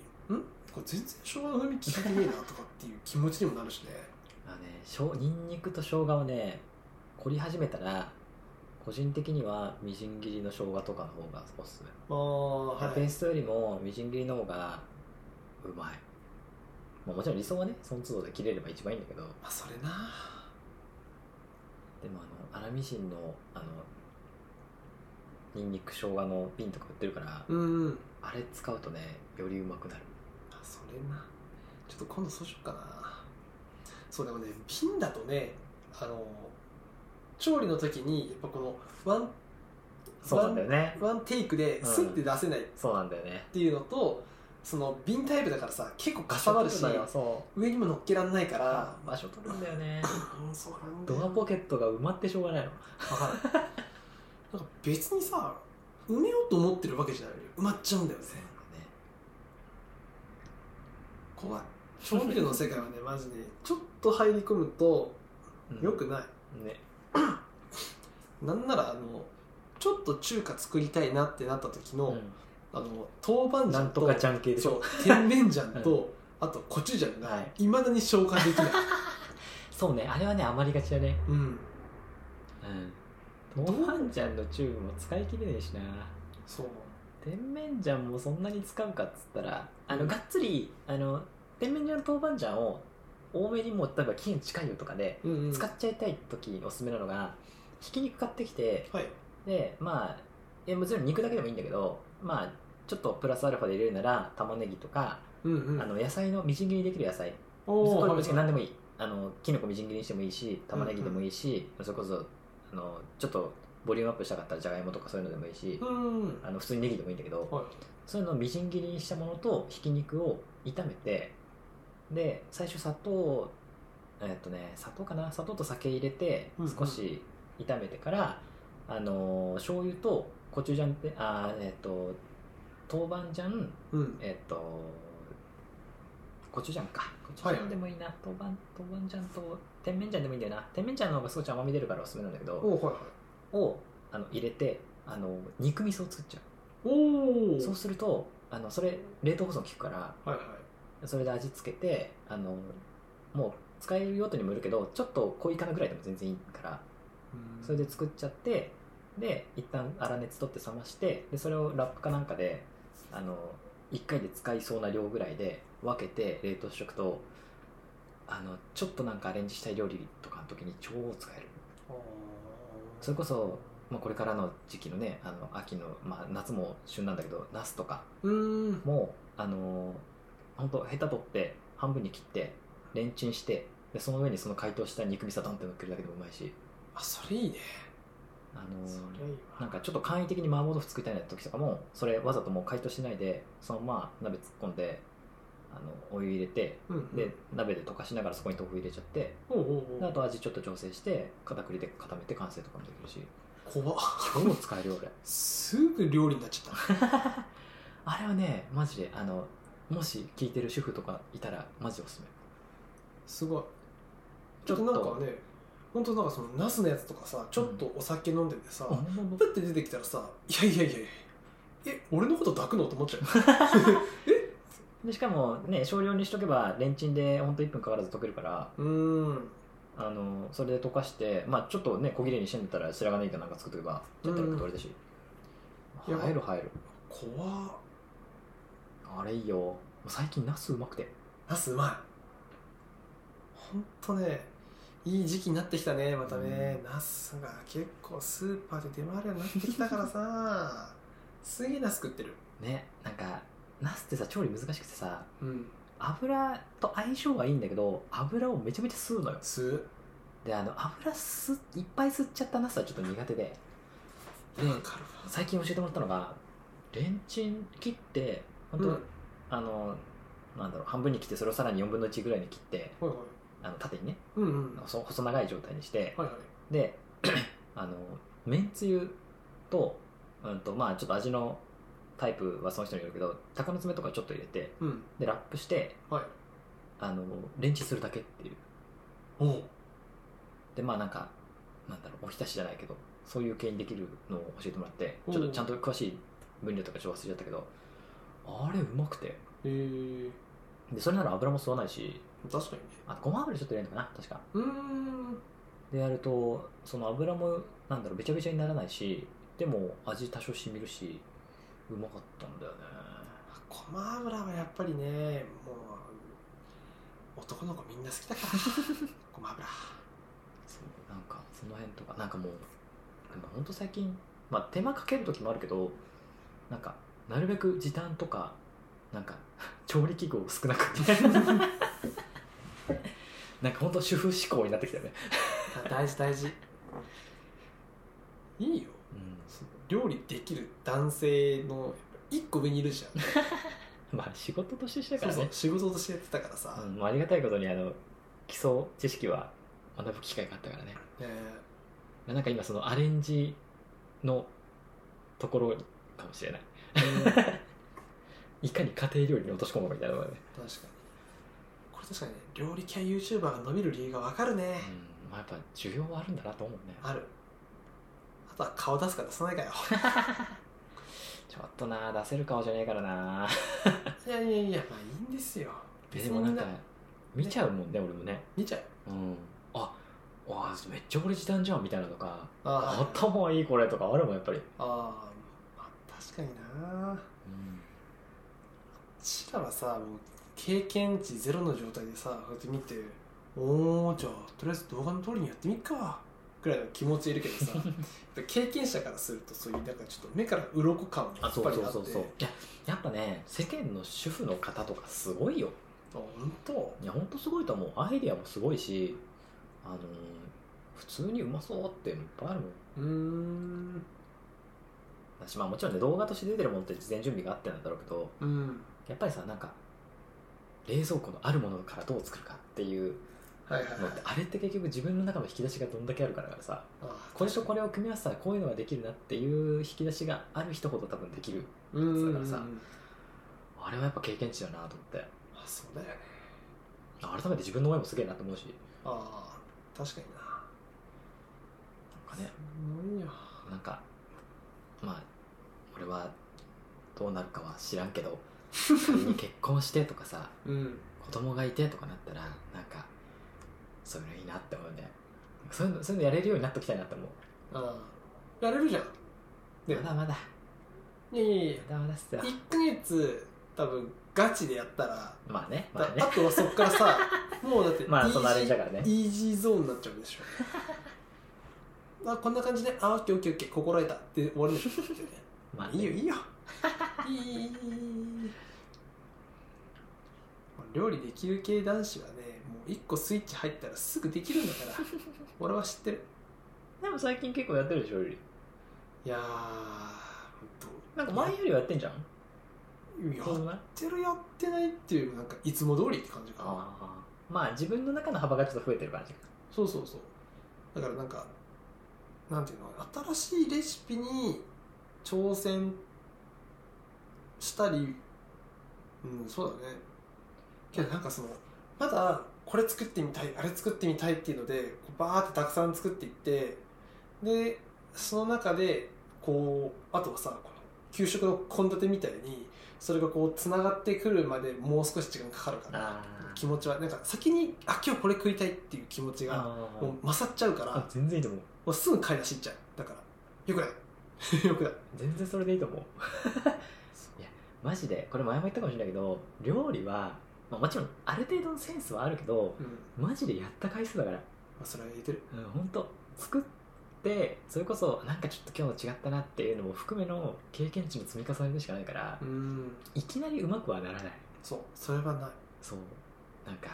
[SPEAKER 1] これ全然生姜の風味効いてねえなとかっていう気持ちにもなるしね
[SPEAKER 3] まあねしょうにんにくと生姜をね凝り始めたら個人的にはみじん切りの生姜とかの方がおすすめ
[SPEAKER 1] まあはい
[SPEAKER 3] ペーストよりもみじん切りの方がうまい、まあ、もちろん理想はねその都度で切れれば一番いいんだけど
[SPEAKER 1] まあそれな
[SPEAKER 3] でもあの粗みじんのあのにんにく生姜の瓶とか売ってるから、
[SPEAKER 1] うん
[SPEAKER 3] あれ使うとねよりうまくなる
[SPEAKER 1] あそれなちょっと今度そうしようかなそうでもね瓶だとねあの調理の時にやっぱこのワン
[SPEAKER 3] そうなんだよね
[SPEAKER 1] ワンテイクでスッて出せないっ
[SPEAKER 3] そうなんだよね
[SPEAKER 1] ていうのと、その瓶タイプだからさ結構かさばるし
[SPEAKER 3] そうだよそ
[SPEAKER 1] 上にも乗っけらんないか
[SPEAKER 3] う
[SPEAKER 1] ら
[SPEAKER 3] 場所取るんだよね
[SPEAKER 1] うんそうなんだ
[SPEAKER 3] ド
[SPEAKER 1] よ
[SPEAKER 3] アポケットが埋まってしょうがないの
[SPEAKER 1] わ *laughs* かるなんか別にさ埋めようと思ってるわけじゃないのに埋まっちゃうんだよね怖い調味料の世界はねマジでちょっと入り込むと
[SPEAKER 3] うん
[SPEAKER 1] よくない、
[SPEAKER 3] ね
[SPEAKER 1] なんならあのちょっと中華作りたいなってなった時の、
[SPEAKER 3] う
[SPEAKER 1] あの豆板
[SPEAKER 3] んな
[SPEAKER 1] 醤
[SPEAKER 3] んとか
[SPEAKER 1] と
[SPEAKER 3] ちゃん系でし
[SPEAKER 1] そ
[SPEAKER 3] ょ
[SPEAKER 1] う甜麺醤と、あとコチュジャン
[SPEAKER 3] は
[SPEAKER 1] が
[SPEAKER 3] い
[SPEAKER 1] いまだに消化できない、
[SPEAKER 3] *laughs* そうねあれはね余りがちだね
[SPEAKER 1] うん
[SPEAKER 3] うん豆板醤のチューブも使い切れねえしな
[SPEAKER 1] そう
[SPEAKER 3] 甜麺醤もそんなに使うかっつったらあ
[SPEAKER 1] う
[SPEAKER 3] の
[SPEAKER 1] ん
[SPEAKER 3] がっつりあの甜麺醤と豆板醤を多めにもう例えば期限近いよとかで
[SPEAKER 1] うんうん
[SPEAKER 3] 使っちゃいたい時におすすめなのがひき肉買ってきて
[SPEAKER 1] はい
[SPEAKER 3] でまあえもちろん肉だけでもいいんだけどまあちょっとプラスアルファで入れるなら玉ねぎとか、
[SPEAKER 1] うんうん
[SPEAKER 3] あの野菜のみじん切りできる野菜そ
[SPEAKER 1] お
[SPEAKER 3] こ
[SPEAKER 1] ー
[SPEAKER 3] は
[SPEAKER 1] はい
[SPEAKER 3] 別に何でもいい、あのきのこみじん切りにしてもいいし玉ねぎでもいいし、それこそあのちょっとボリュームアップしたかったらじゃがいもとかそういうのでもいいし、
[SPEAKER 1] うん
[SPEAKER 3] あの普通にネギでもいいんだけど
[SPEAKER 1] はい
[SPEAKER 3] そういうのをみじん切りにしたものとひき肉を炒めてで最初砂糖えっとね砂糖かな砂糖と酒入れて
[SPEAKER 1] うんうん
[SPEAKER 3] 少し炒めてから、あの醤油とコチュジャンってあーえっ、と豆板醤
[SPEAKER 1] うん
[SPEAKER 3] えっと、コチュジャンか。コチュジャンでもいいな。豆板豆板醤と甜麺醤でもいいんだよな。甜麺醤の方が少し甘み出るからおすすめなんだけど、
[SPEAKER 1] おーはいはい
[SPEAKER 3] をあの入れてあの、肉味噌を作っちゃ
[SPEAKER 1] おお
[SPEAKER 3] う。そうすると、あのそれ、冷凍保存効くから、
[SPEAKER 1] はいはい
[SPEAKER 3] それで味付けて、あのもう使える用途にもよるけど、ちょっと濃いかなぐらいでも全然いいから、それで作っちゃって、で、一旦粗熱取って冷まして、でそれをラップかなんかで、あの、1回で使いそうな量ぐらいで分けて冷凍しとくと、あの、ちょっとなんかアレンジしたい料理とかの時に超使える。
[SPEAKER 1] あー
[SPEAKER 3] それこそ、まあ、これからの時期のね、あの、秋の、まあ、夏も旬なんだけど、ナスとか
[SPEAKER 1] うーん
[SPEAKER 3] も、あの、ほんと、ヘタ取って、半分に切って、レンチンして、でその上にその解凍した肉味噌ドンって乗っけるだけでもうまいし、
[SPEAKER 1] あそれいいね
[SPEAKER 3] あの
[SPEAKER 1] それいいわ
[SPEAKER 3] なんかちょっと簡易的に麻婆豆腐作りたいなって時とかもそれわざともう解凍しないでそのまま鍋突っ込んであのお湯入れて
[SPEAKER 1] うんうん
[SPEAKER 3] で鍋で溶かしながらそこに豆腐入れちゃって
[SPEAKER 1] おうおう
[SPEAKER 3] で
[SPEAKER 1] お
[SPEAKER 3] あ
[SPEAKER 1] う
[SPEAKER 3] と味ちょっと調整して片栗で固めて完成とかもでき
[SPEAKER 1] *laughs*
[SPEAKER 3] るし
[SPEAKER 1] 怖っ
[SPEAKER 3] 超使えるよ俺 *laughs*
[SPEAKER 1] すぐ料理になっちゃった
[SPEAKER 3] あれはねマジであのもし聞いてる主婦とかいたらマジでおすすめ
[SPEAKER 1] すごい
[SPEAKER 3] ち
[SPEAKER 1] ち
[SPEAKER 3] ょ
[SPEAKER 1] ょ
[SPEAKER 3] っ
[SPEAKER 1] っ
[SPEAKER 3] と
[SPEAKER 1] となんかね本当なんかそのナスのやつとかさちょっとお酒飲んでてさ、プッて出てきたらさ「いやいやいやいやえ俺のこと抱くの?」と思っちゃう *laughs*
[SPEAKER 3] でしかもね少量にしとけばレンチンでほんと1分かからず溶けるから
[SPEAKER 1] うーん
[SPEAKER 3] あのそれで溶かして、まあ、ちょっとね小切れにしてんだったら白髪ネギかなんか作っとけばちょっとやるとあれだし、
[SPEAKER 1] うん
[SPEAKER 3] 入る入る
[SPEAKER 1] 怖っ
[SPEAKER 3] あれいいよ最近ナスうまくて
[SPEAKER 1] ナスうまいほんとねいい時期になってきたねまたね、ナスが結構スーパーで出回るようになってきたからさ *laughs* すげえナス食ってる
[SPEAKER 3] ねなんかナスってさ調理難しくてさ
[SPEAKER 1] うん
[SPEAKER 3] 油と相性はいいんだけど油をめちゃめちゃ吸うのよ
[SPEAKER 1] すう
[SPEAKER 3] であの油吸っいっぱい吸っちゃったナスはちょっと苦手でで
[SPEAKER 1] わかるわ
[SPEAKER 3] 最近教えてもらったのがレンチン切って本当、
[SPEAKER 1] うん
[SPEAKER 3] あのなんだろう半分に切ってそれをさらに4分の1ぐらいに切って
[SPEAKER 1] ほいほい
[SPEAKER 3] あの縦にね
[SPEAKER 1] うんうんは
[SPEAKER 3] 細細長い状態にして、
[SPEAKER 1] いはい
[SPEAKER 3] で *coughs* あのめんつゆと,、うんとまあ、ちょっと味のタイプはその人によるけど鷹の爪とかちょっと入れて
[SPEAKER 1] うん
[SPEAKER 3] でラップして
[SPEAKER 1] はい
[SPEAKER 3] あのレンチンするだけっていう
[SPEAKER 1] おう
[SPEAKER 3] でまあなんかなんだろうおひたしじゃないけどそういう系にできるのを教えてもらって
[SPEAKER 1] おう
[SPEAKER 3] ちょっとちゃんと詳しい分量とかちょっと忘れちゃったけどあれうまくて
[SPEAKER 1] えー、
[SPEAKER 3] でそれなら油も吸わないし
[SPEAKER 1] 確かにね
[SPEAKER 3] あごま油ちょっと入れるのかな確か
[SPEAKER 1] うーん
[SPEAKER 3] でやるとその油もなんだろうべちゃべちゃにならないしでも味多少しみるしうまかったんだよね
[SPEAKER 1] ごま油はやっぱりねもう男の子みんな好きだから *laughs* ごま油
[SPEAKER 3] そうなんかその辺とかなんかもうでもほんと最近、まあ、手間かける時もあるけどなんかなるべく時短とかなんか *laughs* 調理器具を少な *laughs* くなんかほんと主婦志向になってきたよね、
[SPEAKER 1] あ大事大事いいよ
[SPEAKER 3] う
[SPEAKER 1] その料理できる男性の一個上にいるじゃん
[SPEAKER 3] ん、まあ仕事としてしてたか
[SPEAKER 1] そう
[SPEAKER 3] らね
[SPEAKER 1] そう *laughs* 仕事としてやってたからさ、
[SPEAKER 3] う
[SPEAKER 1] ね
[SPEAKER 3] んまあ、ありがたいことにあの基礎知識は学ぶ機会があったからね
[SPEAKER 1] え
[SPEAKER 3] なんか今そのアレンジのところかもしれない
[SPEAKER 1] 確かに
[SPEAKER 3] いかに家庭料理に落とし込むかみたいなのがね、
[SPEAKER 1] これ確かにね料理系 YouTuber が伸びる理由がわかるね、
[SPEAKER 3] うんまあ、やっぱ需要はあるんだなと思うね
[SPEAKER 1] あるあとは顔出すか出さないか
[SPEAKER 3] *laughs*
[SPEAKER 1] よ
[SPEAKER 3] ちょっとな出せる顔じゃねえからない
[SPEAKER 1] やいやいやまあいいんですよ別
[SPEAKER 3] で
[SPEAKER 1] に
[SPEAKER 3] も
[SPEAKER 1] み
[SPEAKER 3] なんん
[SPEAKER 1] な
[SPEAKER 3] か見ちゃうもんね俺もね
[SPEAKER 1] 見ちゃう
[SPEAKER 3] うんあわあめっちゃ俺時短じゃんみたいなのとか
[SPEAKER 1] あー
[SPEAKER 3] 頭いいこれとかあるもんやっぱり、
[SPEAKER 1] あー、まあ、確かになうちらはさもう経験値ゼロの状態でさこうやって見ておおじゃあとりあえず動画の通りにやってみっかくらいの気持ちいるけ
[SPEAKER 3] *laughs*
[SPEAKER 1] どさ経験者からするとそういうなんかちょっと目から鱗感もや
[SPEAKER 3] あ
[SPEAKER 1] っぱ
[SPEAKER 3] そ
[SPEAKER 1] りあ
[SPEAKER 3] う
[SPEAKER 1] って
[SPEAKER 3] そうそうそういややっぱね世間の主婦の方とかすごいよ
[SPEAKER 1] あ本当
[SPEAKER 3] いやほんとすごいと思うアイディアもすごいしあのー普通にうまそうっていっぱいあるもん
[SPEAKER 1] うーん
[SPEAKER 3] だしまあもちろんね動画として出てるものって事前準備があってなんだろうけど
[SPEAKER 1] うん
[SPEAKER 3] やっぱりさなんか冷蔵庫のあるものからどう作るかっていう
[SPEAKER 1] はいはいはい
[SPEAKER 3] のってあれって結局自分の中の引き出しがどんだけあるからだからさ
[SPEAKER 1] あ
[SPEAKER 3] これとこれを組み合わせたらこういうのができるなっていう引き出しがある人ほど多分できる
[SPEAKER 1] うんうんうん
[SPEAKER 3] だからさあれはやっぱ経験値だなと思って
[SPEAKER 1] あそうだよね
[SPEAKER 3] 改めて自分の思いもすげえなと思うし
[SPEAKER 1] ああ確かにな
[SPEAKER 3] なんかね
[SPEAKER 1] すごいよ
[SPEAKER 3] なんかまあ俺はどうなるかは知らん
[SPEAKER 1] *laughs*
[SPEAKER 3] けど仮に結婚してとかさ
[SPEAKER 1] うん
[SPEAKER 3] 子供がいてとかなったらなんかそういうのいいなって思うねそういうのそういうのやれるようになっときたいなって思う
[SPEAKER 1] ああやれるじゃんね
[SPEAKER 3] まだまだ
[SPEAKER 1] いやいやいや
[SPEAKER 3] まだまだっすよ
[SPEAKER 1] 1ヶ月多分ガチでやったら、
[SPEAKER 3] まあねま
[SPEAKER 1] だ
[SPEAKER 3] あ
[SPEAKER 1] あ
[SPEAKER 3] ね
[SPEAKER 1] とはそっから
[SPEAKER 3] *laughs*
[SPEAKER 1] さもうだってイ
[SPEAKER 3] まあそのアレ
[SPEAKER 1] ージ
[SPEAKER 3] ンジだからね
[SPEAKER 1] イージーゾーンになっちゃうでしょ *laughs* あこんな感じで「あオッケーオッケーオッケー心得た」って終わるでしょ
[SPEAKER 3] *laughs* まあね
[SPEAKER 1] いいよいいよいいいいいいいいい料理できる系男子はねもう1個スイッチ入ったらすぐできるんだから
[SPEAKER 3] *laughs*
[SPEAKER 1] 俺は知ってる
[SPEAKER 3] でも最近結構やってるでしょより
[SPEAKER 1] いやー
[SPEAKER 3] なんか前よりはやってんじゃん
[SPEAKER 1] や
[SPEAKER 3] そう
[SPEAKER 1] っ
[SPEAKER 3] ない
[SPEAKER 1] てるやってないっていうなんかいつも通りって感じかな
[SPEAKER 3] ああまあ自分の中の幅がちょっと増えてる感じ
[SPEAKER 1] そうそうそうだからなんかなんていうの新しいレシピに挑戦したりうんそうだねけどなんかそのまだこれ作ってみたいあれ作ってみたいっていうのでこうバーってたくさん作っていってでその中でこうあとはさこの給食の献立みたいにそれがこうつながってくるまでもう少し時間かかるから
[SPEAKER 3] あ
[SPEAKER 1] 気持ちはなんか先にあ今日これ食いたいっていう気持ち
[SPEAKER 3] あ
[SPEAKER 1] が
[SPEAKER 3] あ
[SPEAKER 1] もう勝っちゃうから
[SPEAKER 3] あ
[SPEAKER 1] も
[SPEAKER 3] 全然いいと思う
[SPEAKER 1] うすぐ買い出し行っちゃうだからよくない *laughs* よくない
[SPEAKER 3] *laughs* 全然それでいいと思ういやマジでこれ前も言ったかもしれないけど料理は、まあ、もちろんある程度のセンスはあるけど
[SPEAKER 1] うんま
[SPEAKER 3] マジでやった回数だから
[SPEAKER 1] あ、それは言えてる
[SPEAKER 3] うん本当作ってそれこそなんかちょっと今日違ったなっていうのも含めの経験値の積み重ねでしかないから
[SPEAKER 1] うん
[SPEAKER 3] いきなりうまくはならない
[SPEAKER 1] そうそれはない
[SPEAKER 3] そうなんか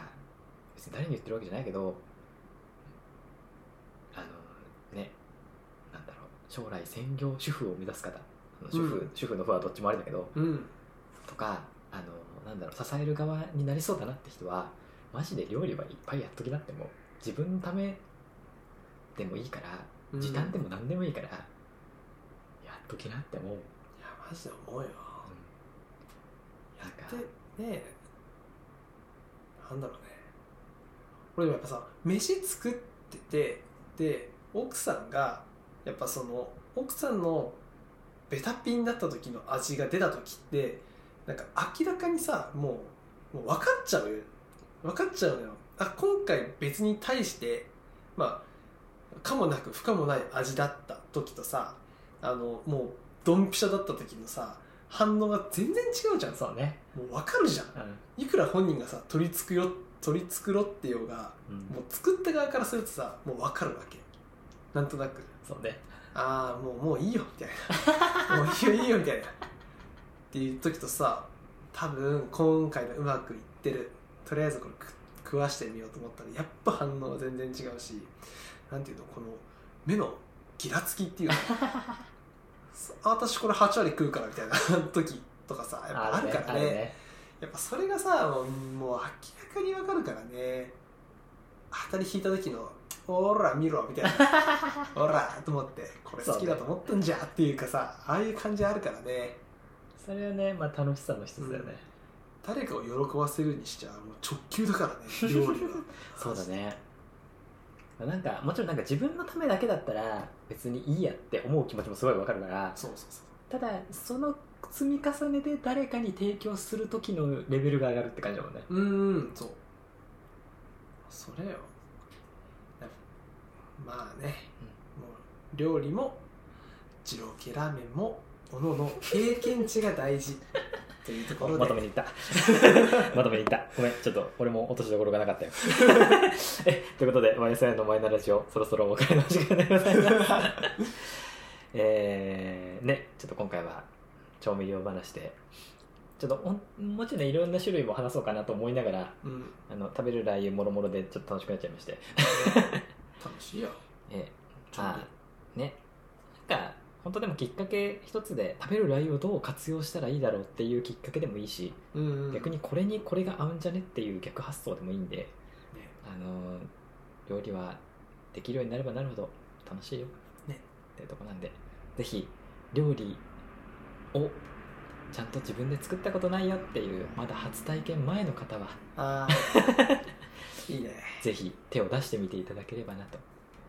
[SPEAKER 3] 別に誰に言ってるわけじゃないけどあのねなんだろう将来専業主婦を目指す方あの主婦、
[SPEAKER 1] うん
[SPEAKER 3] 主婦の方はどっちもありだけど
[SPEAKER 1] うん
[SPEAKER 3] とかあのなんだろう支える側になりそうだなって人はマジで料理はいっぱいやっときなってもう自分のためでもいいから
[SPEAKER 1] うん
[SPEAKER 3] 時短で
[SPEAKER 1] い
[SPEAKER 3] も何でもいいから、やっときなって思う、
[SPEAKER 1] やマジで思うよ
[SPEAKER 3] なんか
[SPEAKER 1] でねなんだろうね俺やっぱさ飯作っててで奥さんがやっぱその奥さんのベタピンだった時の味が出た時ってなんか明らかにさもうもう分かっちゃうよ分かっちゃうのよあ今回別に対してまあかもなく不可もない味だった時とさあのもうドンピシャだった時のさ反応が全然違うじゃんさ
[SPEAKER 3] そうね、
[SPEAKER 1] もう分かるじゃん
[SPEAKER 3] う
[SPEAKER 1] いくら本人がさ取りつくよ取り繕ってようが
[SPEAKER 3] ん
[SPEAKER 1] もう作った側からするとさもう分かるわけなんとなく
[SPEAKER 3] そうね
[SPEAKER 1] ああもうもういいよみた *laughs* いなもういいよいいよみたいなっていう時とさ多分今回のうまくいってるとりあえずこれく食わしてみようと思ったらやっぱ反応は全然違うしなんていうのこの目のギラつきっていう *laughs* のそうあ私これ8割食うからみたいな時とかさやっぱあるからねやっぱそれがさもうもう明らかにわかるからね当たり引いた時の「おら見ろ」み
[SPEAKER 3] *laughs*
[SPEAKER 1] たいな「おら」と思ってこれ好きだと思ったんじゃっていうかさああいう感じあるからね
[SPEAKER 3] それはね、まあ、楽しさの一つだよね、
[SPEAKER 1] 誰かを喜ばせるにしちゃもう直球だからね
[SPEAKER 3] *laughs*
[SPEAKER 1] 料理は
[SPEAKER 3] そうだねなんかもちろんなんか自分のためだけだったら別にいいやって思う気持ちもすごいわかるから
[SPEAKER 1] そうそうそ
[SPEAKER 3] ただその積み重ねで誰かに提供する時のレベルが上がるって感じだもんね
[SPEAKER 1] ううんそうそれよやっぱまあね、もう料理も二郎系ラーメンもおのの経験値が大事というところで
[SPEAKER 3] まとめにいった
[SPEAKER 1] *laughs*
[SPEAKER 3] まとめにいったごめんちょっと俺も落としどころがなかったよ *laughs* えということで YSI のマイナーラジオそろそろお別れの時間でございますえー、ねちょっと今回は調味料話でちょっとほんもちろんねいろんな種類も話そうかなと思いながら
[SPEAKER 1] うん
[SPEAKER 3] あの食べるラー油もろもろでちょっと楽しくなっちゃいまして
[SPEAKER 1] 楽しいよ
[SPEAKER 3] え
[SPEAKER 1] ちょうどいい
[SPEAKER 3] あねなんか本当でもきっかけ一つで食べるラー油をどう活用したらいいだろうっていうきっかけでもいいし
[SPEAKER 1] うんうん
[SPEAKER 3] 逆にこれにこれが合うんじゃねっていう逆発想でもいいんで、
[SPEAKER 1] ね
[SPEAKER 3] あのー料理はできるようになればなるほど楽しいよ、
[SPEAKER 1] ね
[SPEAKER 3] っていうとこなんでぜひ料理をちゃんと自分で作ったことないよっていうまだ初体験前の方は
[SPEAKER 1] ああいいね
[SPEAKER 3] ぜひ手を出してみていただければなと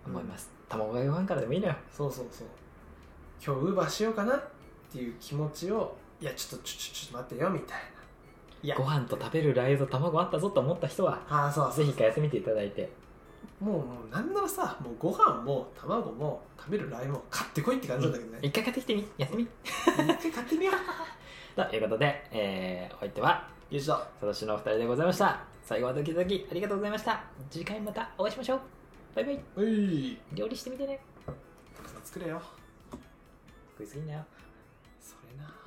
[SPEAKER 3] 思います、卵かけご飯からでもいいのよ
[SPEAKER 1] そうそうそう今日ウーバーしようかなっていう気持ちをいやちょっとちょちょちょっと待ってよみたいないや
[SPEAKER 3] ご飯と食べるラー油と卵あったぞと思った人は
[SPEAKER 1] ああそうそ
[SPEAKER 3] ぜ
[SPEAKER 1] う
[SPEAKER 3] ひ一回やってみていただいて
[SPEAKER 1] もうもうなんならさもうご飯も卵も食べるラー油も買ってこいって感じなんだけどね
[SPEAKER 3] 一回買ってきてみやってみ
[SPEAKER 1] 一回買ってみよ
[SPEAKER 3] ということで、えーお相手は
[SPEAKER 1] うよいしょ
[SPEAKER 3] サトシのお二人でございました。最後はドキドキありがとうございました。次回またお会いしましょう。バイバイ。
[SPEAKER 1] うい
[SPEAKER 3] 料理してみてね。
[SPEAKER 1] たくさん作れよ
[SPEAKER 3] 食いすぎんなよ。
[SPEAKER 1] それな